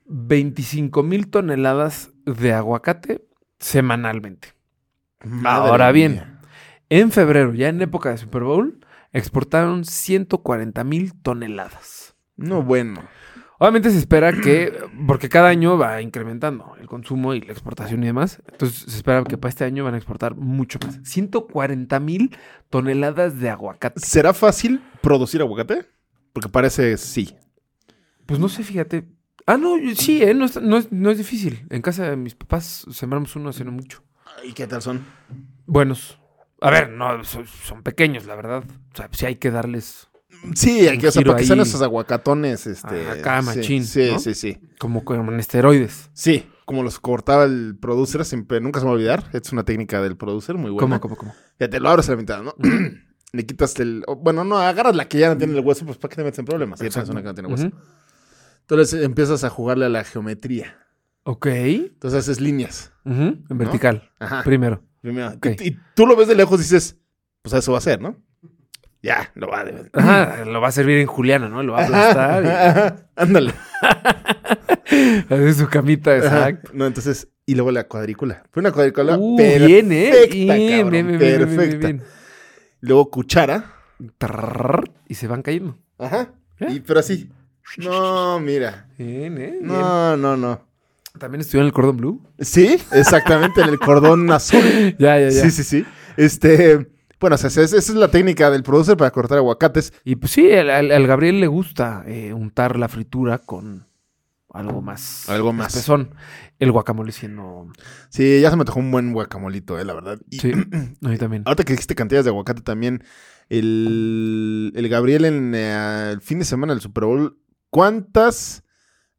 Speaker 3: 25 mil toneladas de aguacate semanalmente.
Speaker 2: Madre
Speaker 3: Ahora bien,
Speaker 2: mía.
Speaker 3: En febrero, ya en época de Super Bowl, exportaron 140 mil toneladas.
Speaker 2: No, bueno.
Speaker 3: Obviamente se
Speaker 2: <clears throat>
Speaker 3: espera que, porque cada año va incrementando el consumo y la exportación y demás, entonces se espera que para este año van a exportar mucho más. 140 mil toneladas de aguacate.
Speaker 2: ¿Será fácil producir aguacate? Porque parece sí.
Speaker 3: Pues no sé, fíjate. Ah, no, yo- sí, ¿eh? no, está- no es, no es difícil. En casa de mis papás sembramos uno hace no mucho.
Speaker 2: ¿Y qué tal son?
Speaker 3: Buenos. A ver, no, son, son pequeños, la verdad. O sea, sí hay que darles
Speaker 2: Sí, hay que, o sea,
Speaker 3: Un giro
Speaker 2: para que sean
Speaker 3: ahí. Ah,
Speaker 2: esos aguacatones, este.
Speaker 3: Acá,
Speaker 2: sí,
Speaker 3: machín,
Speaker 2: Sí,
Speaker 3: ¿no?
Speaker 2: sí, sí.
Speaker 3: como, como en esteroides.
Speaker 2: Sí, como los cortaba el producer, siempre, nunca se me va a olvidar. Es una técnica del producer muy buena.
Speaker 3: ¿Cómo, cómo, cómo?
Speaker 2: Ya te lo abres a la mitad, ¿no? <clears throat> Le quitas el. o, Bueno, no, agarras la que ya no tiene el hueso, pues ¿para qué te metes en problemas? Si ya tienes una que no tiene hueso.
Speaker 3: Ujú.
Speaker 2: Entonces empiezas a jugarle a la geometría.
Speaker 3: Ok.
Speaker 2: Entonces haces líneas.
Speaker 3: Ujú, En vertical.
Speaker 2: Ajá.
Speaker 3: <clears throat> Primero.
Speaker 2: Primero.
Speaker 3: Ok.
Speaker 2: Y, y tú lo ves de lejos y dices, pues eso va a ser, ¿no? Ya, lo va a de-
Speaker 3: Ajá, lo va a servir en Juliana, ¿no? Lo va a
Speaker 2: <laughs>
Speaker 3: aplastar. y-
Speaker 2: Ajá, Ándale.
Speaker 3: hace su camita,
Speaker 2: Ajá.
Speaker 3: exacto.
Speaker 2: No, entonces, y luego la cuadrícula. Fue una cuadrícula
Speaker 3: Uh,
Speaker 2: perfecta,
Speaker 3: bien, ¿eh?
Speaker 2: cabrón, perfecta. Luego cuchara.
Speaker 3: Trrr, y se van cayendo.
Speaker 2: Ajá.
Speaker 3: ¿Eh?
Speaker 2: Y, pero así. No, mira.
Speaker 3: Bien, ¿eh? Bien.
Speaker 2: No, no, no.
Speaker 3: También estudió en el cordón blue. <laughs>
Speaker 2: Sí, exactamente, en el cordón azul.
Speaker 3: Ya, ya, ya.
Speaker 2: Sí, sí, sí. Este, Bueno, o sea, esa es, esa es la técnica del producer para cortar aguacates.
Speaker 3: Y pues sí, al, al- al Gabriel le gusta eh, untar la fritura con algo más.
Speaker 2: Algo más.
Speaker 3: Pezón. El guacamole siendo.
Speaker 2: Sí, ya se me tocó un buen guacamolito, eh, la verdad. Y <clears throat>
Speaker 3: Sí, a mí también.
Speaker 2: ahorita que dijiste cantidades de aguacate también, el, el Gabriel en eh, el fin de semana del Super Bowl, ¿cuántas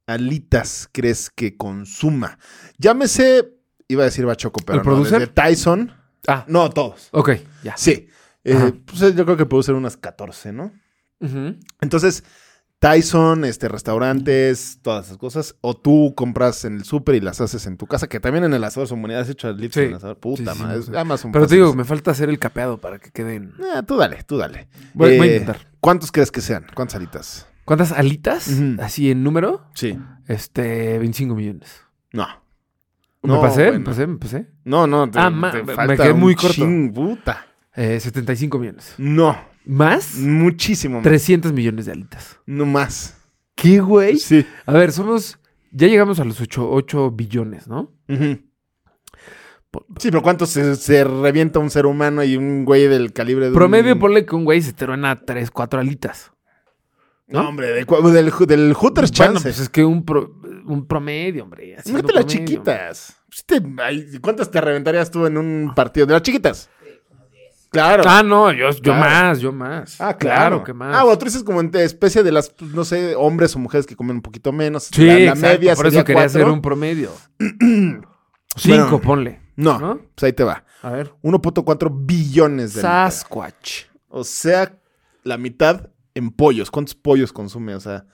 Speaker 2: alitas crees que consuma? Llámese, iba a decir Bachoco, pero
Speaker 3: ¿El
Speaker 2: no,
Speaker 3: producer?
Speaker 2: desde Tyson.
Speaker 3: Ah,
Speaker 2: No, todos.
Speaker 3: ok, ya.
Speaker 2: Sí. Eh,
Speaker 3: Ajá.
Speaker 2: pues eh, yo creo que puedo ser unas 14, ¿no?
Speaker 3: Ujú.
Speaker 2: Entonces, Tyson, este, restaurantes, todas esas cosas. O tú compras en el súper y las haces en tu casa, que también en el asador son buenas. Has hecho alitas
Speaker 3: Sí.
Speaker 2: en el asador. Puta
Speaker 3: Sí, sí,
Speaker 2: madre.
Speaker 3: sí.
Speaker 2: es Amazon
Speaker 3: Pero te
Speaker 2: fácil.
Speaker 3: digo, me falta hacer el capeado para que queden.
Speaker 2: Ah, tú dale, tú dale.
Speaker 3: Voy- voy a
Speaker 2: Eh,
Speaker 3: intentar.
Speaker 2: ¿Cuántos crees que sean? ¿Cuántas alitas?
Speaker 3: ¿Cuántas alitas?
Speaker 2: Ujú.
Speaker 3: Así en número.
Speaker 2: Sí.
Speaker 3: Este, 25 millones.
Speaker 2: No.
Speaker 3: ¿Me pasé?
Speaker 2: bueno.
Speaker 3: ¿Me pasé? ¿Me pasé?
Speaker 2: No, no.
Speaker 3: Ah, ma- me
Speaker 2: falta
Speaker 3: quedé
Speaker 2: un
Speaker 3: muy corto.
Speaker 2: chin- puta.
Speaker 3: Eh, 75 millones.
Speaker 2: No.
Speaker 3: ¿Más?
Speaker 2: Mm. Muchísimo más.
Speaker 3: 300 millones de alitas.
Speaker 2: No más.
Speaker 3: ¿Qué, güey?
Speaker 2: Sí.
Speaker 3: A ver, somos. Ya llegamos a los 8, 8 billones, ¿no?
Speaker 2: Ujú.
Speaker 3: Po-
Speaker 2: Sí, pero ¿cuántos se, se revienta un ser humano y un güey del calibre de.
Speaker 3: Promedio,
Speaker 2: un-
Speaker 3: ponle que un güey se te a 3, 4 alitas.
Speaker 2: No, hombre, de cu- del, del Hooters
Speaker 3: Bueno,
Speaker 2: chance.
Speaker 3: pues es que un, pro- un promedio, hombre. haciendo
Speaker 2: Mírate las
Speaker 3: promedio.
Speaker 2: chiquitas. Pues te- ay, ¿Cuántas te reventarías tú en un partido? ¿De las chiquitas? Claro.
Speaker 3: Ah, no, yo, yo
Speaker 2: Claro.
Speaker 3: más, yo más. que más.
Speaker 2: Ah, bueno, tú dices como en especie de las, pues, no sé, hombres o mujeres que comen un poquito menos.
Speaker 3: sí,
Speaker 2: la, la
Speaker 3: exacto,
Speaker 2: media
Speaker 3: por eso
Speaker 2: sería
Speaker 3: quería hacer
Speaker 2: cuatro. <clears throat>
Speaker 3: un promedio. 5,
Speaker 2: Bueno.
Speaker 3: ponle.
Speaker 2: No,
Speaker 3: ¿no?
Speaker 2: pues ahí te va.
Speaker 3: A ver.
Speaker 2: 1.4 billones de alitas.
Speaker 3: Sasquatch.
Speaker 2: O sea, la mitad en pollos. ¿Cuántos pollos consume? O sea,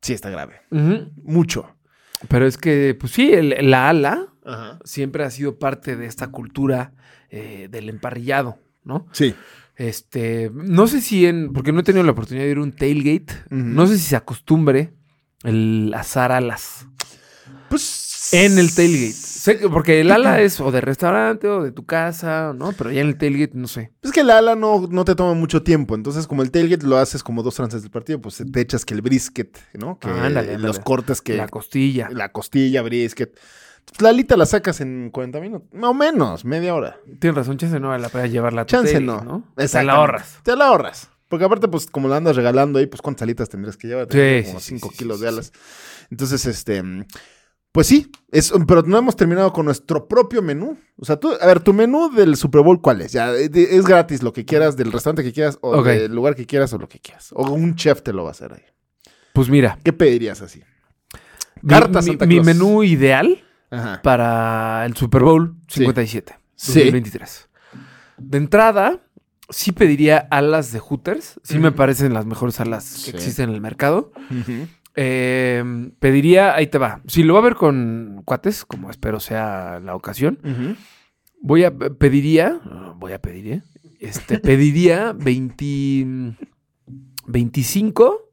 Speaker 2: sí está grave.
Speaker 3: Ujú.
Speaker 2: Mucho.
Speaker 3: Pero es que, pues sí, el- la ala
Speaker 2: Ajá.
Speaker 3: siempre ha sido parte de esta cultura eh, del emparrillado, ¿no?
Speaker 2: Sí.
Speaker 3: Este, no sé si en, porque no he tenido la oportunidad de ir a un tailgate,
Speaker 2: Ujú.
Speaker 3: no sé si se acostumbre el azar alas
Speaker 2: Pues.
Speaker 3: en el tailgate. Sé que- porque el
Speaker 2: <clears throat>
Speaker 3: ala es o de restaurante o de tu casa, ¿no? Pero ya en el tailgate no sé.
Speaker 2: Es que la ala no, no te toma mucho tiempo. Entonces, como el tailgate lo haces como dos trances del partido, pues te echas que el brisket, ¿no? Que
Speaker 3: Ah, ándale,
Speaker 2: los
Speaker 3: ándale.
Speaker 2: cortes que.
Speaker 3: la costilla.
Speaker 2: la costilla, brisket. La alita la sacas en 40 minutos. Más o menos, media hora.
Speaker 3: Tienes razón, chance no vale la pena llevarla a tu
Speaker 2: Chance
Speaker 3: tailgate,
Speaker 2: no.
Speaker 3: Te
Speaker 2: Exactamente.
Speaker 3: la ahorras.
Speaker 2: Te la ahorras. Porque aparte, pues, como la andas regalando ahí, pues, ¿cuántas alitas tendrías que llevar?
Speaker 3: Sí,
Speaker 2: Tendrías
Speaker 3: sí,
Speaker 2: como
Speaker 3: sí,
Speaker 2: 5
Speaker 3: sí,
Speaker 2: kilos
Speaker 3: sí,
Speaker 2: de alas. Entonces, este... mm, Pues sí, es, pero no hemos terminado con nuestro propio menú. O sea, tú, a ver, tu menú del Super Bowl, ¿cuál es? Ya, eh, de- es gratis, lo que quieras, del restaurante que quieras, o
Speaker 3: Ok.
Speaker 2: del lugar que quieras, o lo que quieras. O un chef te lo va a hacer ahí.
Speaker 3: Pues mira,
Speaker 2: ¿Qué pedirías así?
Speaker 3: mi-
Speaker 2: Carta
Speaker 3: mi,
Speaker 2: Santa
Speaker 3: mi
Speaker 2: Claus.
Speaker 3: menú ideal
Speaker 2: Ajá.
Speaker 3: para el Super Bowl
Speaker 2: Sí.
Speaker 3: 57,
Speaker 2: Sí.
Speaker 3: 2023. De entrada, sí pediría alas de Hooters. Sí me parecen las mejores alas que
Speaker 2: Sí.
Speaker 3: existen en el mercado. Eh, pediría, ahí te va. Si lo va a ver con cuates, como espero sea la ocasión, voy a pediría, no, voy a pedir, ¿eh? este, <laughs> pediría 20, 25.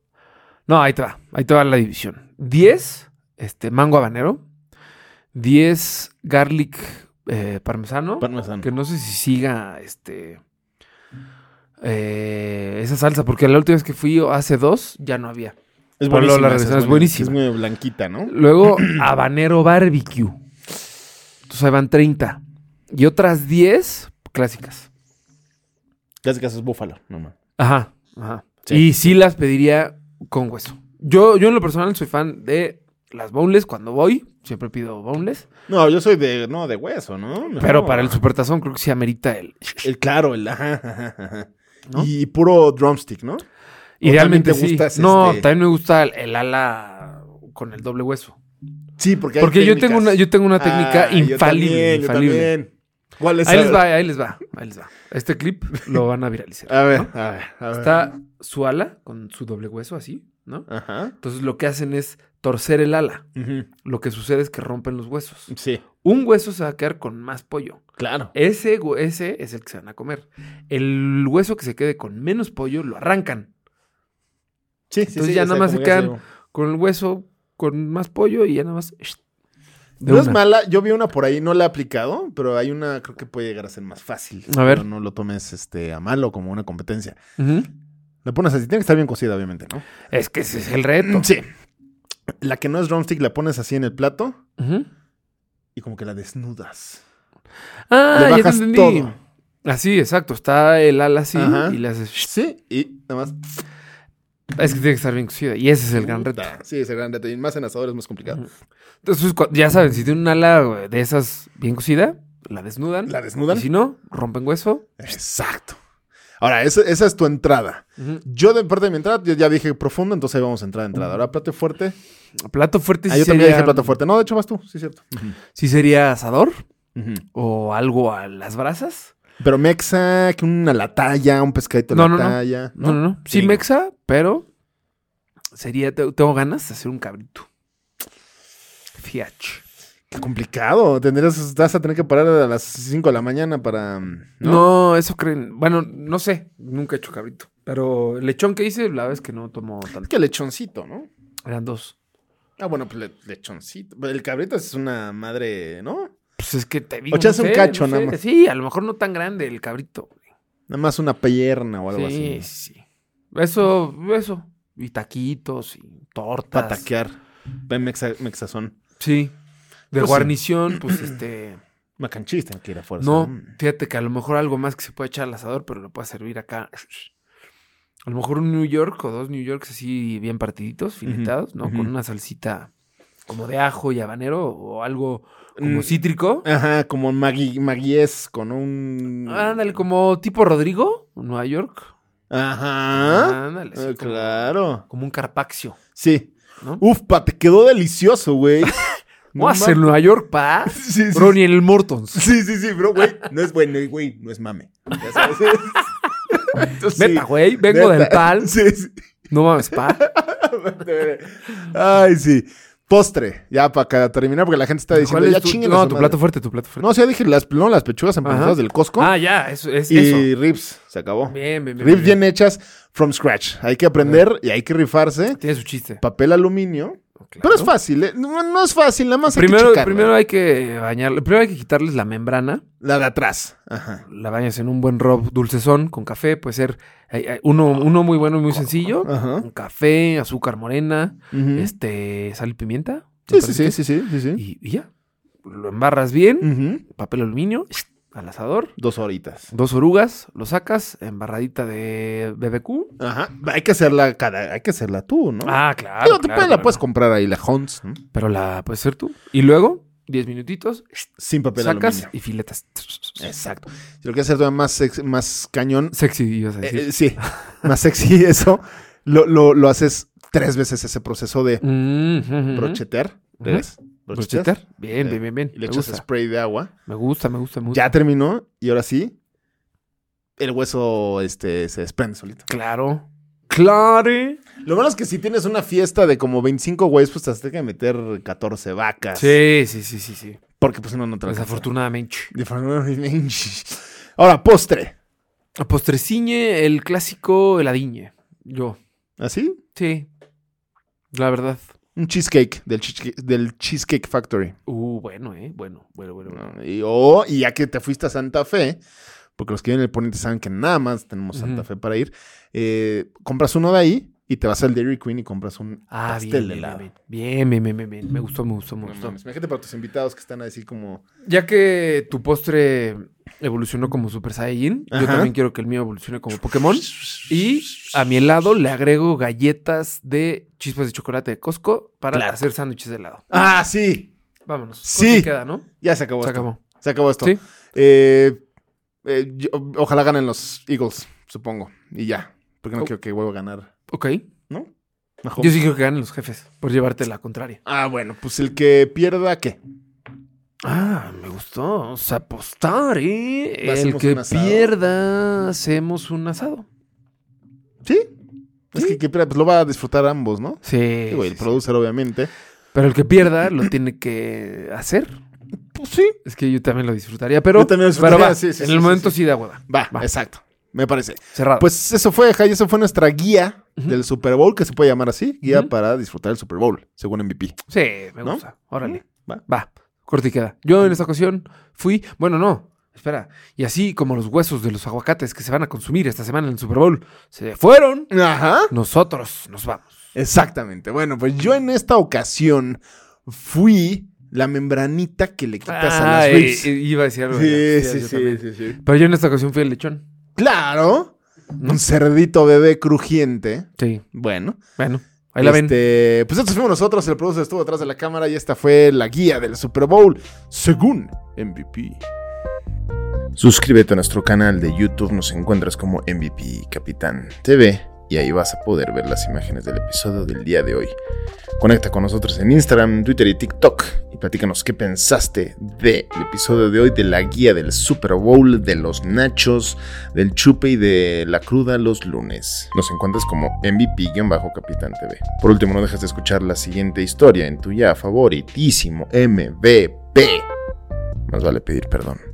Speaker 3: No, ahí te va, ahí te va la división. 10, este, mango habanero. 10, garlic eh, parmesano.
Speaker 2: Parmesano.
Speaker 3: Que no sé si siga, este, eh, esa salsa, porque la última vez que fui hace dos, ya no había.
Speaker 2: Es
Speaker 3: Pablo, la
Speaker 2: esa,
Speaker 3: receta es
Speaker 2: Es
Speaker 3: buenísima.
Speaker 2: muy blanquita, ¿no?
Speaker 3: Luego, habanero barbecue. Entonces ahí van 30. Y otras 10 clásicas.
Speaker 2: Casi casi es búfalo. No, man.
Speaker 3: Ajá, ajá.
Speaker 2: Sí.
Speaker 3: Y sí las pediría con hueso. Yo, yo en lo personal soy fan de las boneless cuando voy. Siempre pido boneless.
Speaker 2: no, yo soy de, no, de hueso, ¿no?
Speaker 3: Pero
Speaker 2: Mejor.
Speaker 3: para el supertazón creo que sí amerita el...
Speaker 2: El claro, el ajá, ajá, ajá.
Speaker 3: ¿No?
Speaker 2: Y puro drumstick, ¿no?
Speaker 3: Idealmente
Speaker 2: ¿O también te
Speaker 3: sí.
Speaker 2: gustas,
Speaker 3: no,
Speaker 2: este-
Speaker 3: también me gusta el, el ala con el doble hueso.
Speaker 2: Sí, porque hay
Speaker 3: Porque yo
Speaker 2: técnicas.
Speaker 3: tengo una, yo tengo una técnica
Speaker 2: Ah, yo
Speaker 3: infalible.
Speaker 2: también, yo
Speaker 3: infalible.
Speaker 2: también. ¿Cuál es?
Speaker 3: Ahí
Speaker 2: A
Speaker 3: les
Speaker 2: ver,
Speaker 3: va, ahí les va, ahí les va. Este clip lo van a
Speaker 2: <laughs>
Speaker 3: viralizar.
Speaker 2: A ver, a ver, a ver.
Speaker 3: Está su ala con su doble hueso así, ¿no?
Speaker 2: Ajá.
Speaker 3: Entonces lo que hacen es torcer el ala.
Speaker 2: Ujú.
Speaker 3: Lo que sucede es que rompen los huesos.
Speaker 2: Sí,
Speaker 3: Un hueso se va a quedar con más pollo.
Speaker 2: claro.
Speaker 3: Ese, hue- ese es el que se van a comer. El hueso que se quede con menos pollo lo arrancan.
Speaker 2: Sí, sí,
Speaker 3: Entonces ya nada más se
Speaker 2: como que hace-
Speaker 3: quedan- Con el hueso, con más pollo y ya nada más. sh- de
Speaker 2: No es
Speaker 3: una.
Speaker 2: mala, yo vi una por ahí, no la he aplicado, pero hay una, creo que puede llegar a ser más fácil.
Speaker 3: A ver.
Speaker 2: Pero no lo tomes este, a malo como una competencia.
Speaker 3: Ujú.
Speaker 2: La pones así, tiene que estar bien cocida, obviamente, ¿no?
Speaker 3: Es que ese es el reto.
Speaker 2: Sí. La que no es drumstick la pones así en el plato
Speaker 3: Ujú.
Speaker 2: y como que la desnudas.
Speaker 3: Ah,
Speaker 2: Le
Speaker 3: ya te
Speaker 2: bajas
Speaker 3: entendí.
Speaker 2: todo.
Speaker 3: Así, exacto. Está el ala así
Speaker 2: Ajá.
Speaker 3: y le haces.
Speaker 2: Sí, y nada más.
Speaker 3: Es que tiene que estar bien cosida. Y ese es el gran reto.
Speaker 2: Sí, es el gran reto. Y más en asador es más complicado.
Speaker 3: Entonces, cua- ya saben, si tienen un ala güey, de esas bien cosida, la desnudan.
Speaker 2: ¿La desnudan?
Speaker 3: Y si no, pues, rompen hueso.
Speaker 2: Exacto. Ahora, esa, esa es tu entrada.
Speaker 3: Ujú.
Speaker 2: Yo de parte de mi entrada, yo ya dije profundo, entonces ahí vamos a entrar a entrada. Ahora, plato fuerte.
Speaker 3: Plato fuerte sí
Speaker 2: Ah, yo también
Speaker 3: sería-
Speaker 2: dije plato fuerte. No, de hecho vas tú, sí es cierto.
Speaker 3: Sí sería asador
Speaker 2: Ujú.
Speaker 3: o algo a las brasas.
Speaker 2: Pero mexa, que una la talla, un pescadito a
Speaker 3: No,
Speaker 2: la
Speaker 3: no, no.
Speaker 2: talla.
Speaker 3: No, no, no. Sí,
Speaker 2: Gringo.
Speaker 3: mexa, pero sería, te- tengo ganas de hacer un cabrito. Fiach.
Speaker 2: Qué complicado. Tendrías, vas a tener que parar a las 5 de la mañana para. mm,
Speaker 3: ¿No?
Speaker 2: ¿no?
Speaker 3: eso creen. Bueno, no sé. Nunca he hecho cabrito. Pero el lechón que hice, la verdad es que no tomó tanto.
Speaker 2: Que lechoncito, ¿no?
Speaker 3: Eran dos.
Speaker 2: Ah, bueno, pues le- lechoncito. Pero El cabrito es una madre, ¿no?
Speaker 3: Pues es que te digo.
Speaker 2: O te hace un cacho,
Speaker 3: no
Speaker 2: nada
Speaker 3: sé.
Speaker 2: más.
Speaker 3: Sí, a lo mejor no tan grande el cabrito. güey.
Speaker 2: Nada más una pierna o algo
Speaker 3: sí,
Speaker 2: así.
Speaker 3: sí, sí. Eso, eso. Y taquitos y tortas.
Speaker 2: Para taquear. Ven, mexa- mexazón.
Speaker 3: Sí. De
Speaker 2: Pues sí.
Speaker 3: guarnición, pues este.
Speaker 2: Macanchista, que ir a fuerza.
Speaker 3: No, fíjate que a lo mejor algo más que se puede echar al asador, pero lo puede servir acá. A lo mejor un New York o dos New Yorks así bien partiditos, filetados, ¿no? Con
Speaker 2: ujú.
Speaker 3: una salsita como de ajo y habanero o algo como
Speaker 2: Mm.
Speaker 3: cítrico.
Speaker 2: Ajá, como magui- maguiesco, ¿no? Un.
Speaker 3: Ándale, como tipo Rodrigo, Nueva York.
Speaker 2: Ajá.
Speaker 3: Ándale, sí,
Speaker 2: Ah,
Speaker 3: como-
Speaker 2: claro.
Speaker 3: Como un carpaccio.
Speaker 2: Sí.
Speaker 3: ¿No?
Speaker 2: Uf, pa, te quedó delicioso,
Speaker 3: <laughs>
Speaker 2: güey. No
Speaker 3: No, en
Speaker 2: mames.
Speaker 3: Nueva York, pa.
Speaker 2: <laughs> Sí, sí,
Speaker 3: Ronnie en el Mortons.
Speaker 2: Sí, sí, sí, bro, güey. No es bueno, güey, no es mame. Ya
Speaker 3: <laughs>
Speaker 2: sabes. Entonces,
Speaker 3: Neta,
Speaker 2: sí,
Speaker 3: güey, vengo
Speaker 2: neta.
Speaker 3: del PAL.
Speaker 2: <laughs> Sí, sí.
Speaker 3: No mames, pa.
Speaker 2: Ay, sí. Postre, ya para terminar, porque la gente está diciendo,
Speaker 3: ¿Cuál
Speaker 2: ya
Speaker 3: es tu-
Speaker 2: chinguen a
Speaker 3: No,
Speaker 2: su
Speaker 3: tu
Speaker 2: madre".
Speaker 3: plato fuerte, tu plato fuerte.
Speaker 2: No, sí, ya dije las, no, las pechugas empanadas
Speaker 3: Ajá.
Speaker 2: del Costco
Speaker 3: Ah, ya, eso es
Speaker 2: y
Speaker 3: eso.
Speaker 2: ribs, se acabó.
Speaker 3: Bien, bien, bien.
Speaker 2: Ribs
Speaker 3: bien.
Speaker 2: bien hechas from scratch. Hay que aprender y hay que rifarse.
Speaker 3: Tiene su chiste.
Speaker 2: Papel aluminio.
Speaker 3: Claro.
Speaker 2: Pero es fácil, ¿eh? no, no es fácil, nada más hay que
Speaker 3: Primero,
Speaker 2: checarla.
Speaker 3: primero hay que bañarle, primero hay que quitarles la membrana,
Speaker 2: La de atrás. Ajá.
Speaker 3: la bañas en un buen rob dulcezón con café, puede ser hay- hay uno, uno muy bueno y muy sencillo,
Speaker 2: Ajá.
Speaker 3: un café, azúcar morena,
Speaker 2: Ujú.
Speaker 3: este, sal y pimienta. me
Speaker 2: Sí, sí,
Speaker 3: parece
Speaker 2: sí,
Speaker 3: que
Speaker 2: sí, sí, sí, sí.
Speaker 3: es, Y, y ya, lo embarras bien,
Speaker 2: Ujú.
Speaker 3: papel aluminio, al asador,
Speaker 2: Dos horitas.
Speaker 3: dos orugas, lo sacas, embarradita de BBQ.
Speaker 2: Ajá. Hay que hacerla cada, hay que hacerla tú, ¿no?
Speaker 3: Ah, claro.
Speaker 2: Digo, te
Speaker 3: claro,
Speaker 2: puedes-
Speaker 3: claro.
Speaker 2: la puedes comprar ahí, la Hunts, ¿no?
Speaker 3: Pero la puedes hacer tú. Y luego, 10 minutitos,
Speaker 2: Sin papel
Speaker 3: sacas
Speaker 2: aluminio.
Speaker 3: y filetas.
Speaker 2: Exacto. Si lo quieres hacer todavía más, sex- más cañón,
Speaker 3: Sexy, ibas a
Speaker 2: eh,
Speaker 3: decir.
Speaker 2: eh, sí,
Speaker 3: <laughs>
Speaker 2: más sexy <laughs> eso, lo, lo, lo haces tres veces ese proceso de
Speaker 3: Mm, ujú.
Speaker 2: brochetear. ¿Ves? Brocheteas.
Speaker 3: Brochetear. Bien,
Speaker 2: Eh,
Speaker 3: bien, bien, bien.
Speaker 2: Y
Speaker 3: Me
Speaker 2: le echas
Speaker 3: gusta.
Speaker 2: spray de agua.
Speaker 3: me gusta, me gusta, me gusta.
Speaker 2: Ya terminó y ahora sí, el hueso este, se desprende solito.
Speaker 3: Claro. Claro.
Speaker 2: Lo malo es que si tienes una fiesta de como 25 güeyes, pues te has que meter 14 vacas.
Speaker 3: Sí, sí, sí, sí, sí.
Speaker 2: Porque pues uno no trae.
Speaker 3: Desafortunadamente.
Speaker 2: Ahora, postre.
Speaker 3: A postreciñe, el clásico heladiñe. Yo.
Speaker 2: ¿Así?
Speaker 3: Sí. La verdad.
Speaker 2: Un cheesecake del, cheesecake del Cheesecake Factory.
Speaker 3: Uh, bueno, eh. Bueno, bueno, bueno. bueno.
Speaker 2: ¿no? Y, o- y ya que te fuiste a Santa Fe, porque los que vienen el poniente saben que nada más tenemos Santa
Speaker 3: Ujú.
Speaker 2: Fe para ir, eh, compras uno de ahí y te vas al Dairy Queen y compras un
Speaker 3: Ah,
Speaker 2: pastel
Speaker 3: bien,
Speaker 2: de
Speaker 3: bien,
Speaker 2: helado.
Speaker 3: bien, bien, bien, bien, bien, bien. Me gustó, me gustó, me
Speaker 2: No
Speaker 3: gustó.
Speaker 2: mames, Imagínate para tus invitados que están así como...
Speaker 3: Ya que tu postre evolucionó como Super Saiyajin, yo
Speaker 2: Ajá.
Speaker 3: también quiero que el mío evolucione como Pokémon. Y a mi helado le agrego galletas de chispas de chocolate de Costco para
Speaker 2: Claro.
Speaker 3: hacer sándwiches de helado.
Speaker 2: ¡Ah, sí!
Speaker 3: Vámonos.
Speaker 2: Sí.
Speaker 3: Creo que queda, ¿no?
Speaker 2: Ya se acabó
Speaker 3: Se
Speaker 2: esto.
Speaker 3: acabó.
Speaker 2: Se acabó esto.
Speaker 3: Sí.
Speaker 2: Eh, eh, yo- ojalá ganen los Eagles, supongo. Y ya. Porque no
Speaker 3: Oh.
Speaker 2: quiero que vuelva a ganar,
Speaker 3: Ok.
Speaker 2: ¿no? Mejor.
Speaker 3: Yo sí creo que ganen los jefes por llevarte la contraria.
Speaker 2: Ah, bueno, pues el que pierda, ¿qué?
Speaker 3: Ah, me gustó. O sea, apostar, ¿eh? El
Speaker 2: Hacemos
Speaker 3: que
Speaker 2: un asado.
Speaker 3: pierda, hacemos un asado.
Speaker 2: ¿Sí? Es que, que, pues, lo va a disfrutar ambos, ¿no?
Speaker 3: Sí.
Speaker 2: Digo, el
Speaker 3: sí, sí.
Speaker 2: producer, obviamente.
Speaker 3: Pero el que pierda lo tiene que hacer.
Speaker 2: Pues sí.
Speaker 3: Es que yo también lo disfrutaría, pero,
Speaker 2: Yo también lo disfrutaría,
Speaker 3: pero va,
Speaker 2: sí, sí,
Speaker 3: en
Speaker 2: sí,
Speaker 3: el
Speaker 2: sí,
Speaker 3: momento
Speaker 2: sí.
Speaker 3: sí, da hueva.
Speaker 2: Va,
Speaker 3: Va.
Speaker 2: exacto. Me parece.
Speaker 3: Cerrado.
Speaker 2: Pues eso fue, Jai, eso fue nuestra guía del Super Bowl, que se puede llamar así, guía
Speaker 3: Ujú.
Speaker 2: para disfrutar el Super Bowl, según MVP.
Speaker 3: sí, me
Speaker 2: ¿no? Mm,
Speaker 3: gusta. Órale.
Speaker 2: Va.
Speaker 3: Va. Corta y queda. Yo en esta ocasión fui. Bueno, no. Espera. Y así como los huesos de los aguacates que se van a consumir esta semana en el Super Bowl se fueron,
Speaker 2: Ajá.
Speaker 3: nosotros nos vamos.
Speaker 2: Exactamente. Bueno, pues yo en esta ocasión fui la membranita que le quitas a
Speaker 3: Ah,
Speaker 2: las
Speaker 3: eh,
Speaker 2: ribs.
Speaker 3: eh, iba a decir algo.
Speaker 2: sí,
Speaker 3: ya,
Speaker 2: sí,
Speaker 3: yo
Speaker 2: sí,
Speaker 3: también.
Speaker 2: sí, sí.
Speaker 3: Pero yo en esta ocasión fui el lechón.
Speaker 2: Claro. Un cerdito bebé crujiente.
Speaker 3: Sí.
Speaker 2: Bueno.
Speaker 3: Bueno, ahí la ven.
Speaker 2: Este, Pues estos fuimos nosotros, el producer estuvo atrás de la cámara y esta fue la guía del Super Bowl según MVP. Suscríbete a nuestro canal de YouTube, nos encuentras como MVP Capitán TV y ahí vas a poder ver las imágenes del episodio del día de hoy. Conecta con nosotros en Instagram, Twitter y TikTok y platícanos qué pensaste del episodio de hoy de la guía del Super Bowl, de los nachos, del chupe y de la cruda los lunes. Nos encuentras como MVP-Capitán TV. Por último, no dejes de escuchar la siguiente historia en tu ya favoritísimo MVP. Más vale pedir perdón.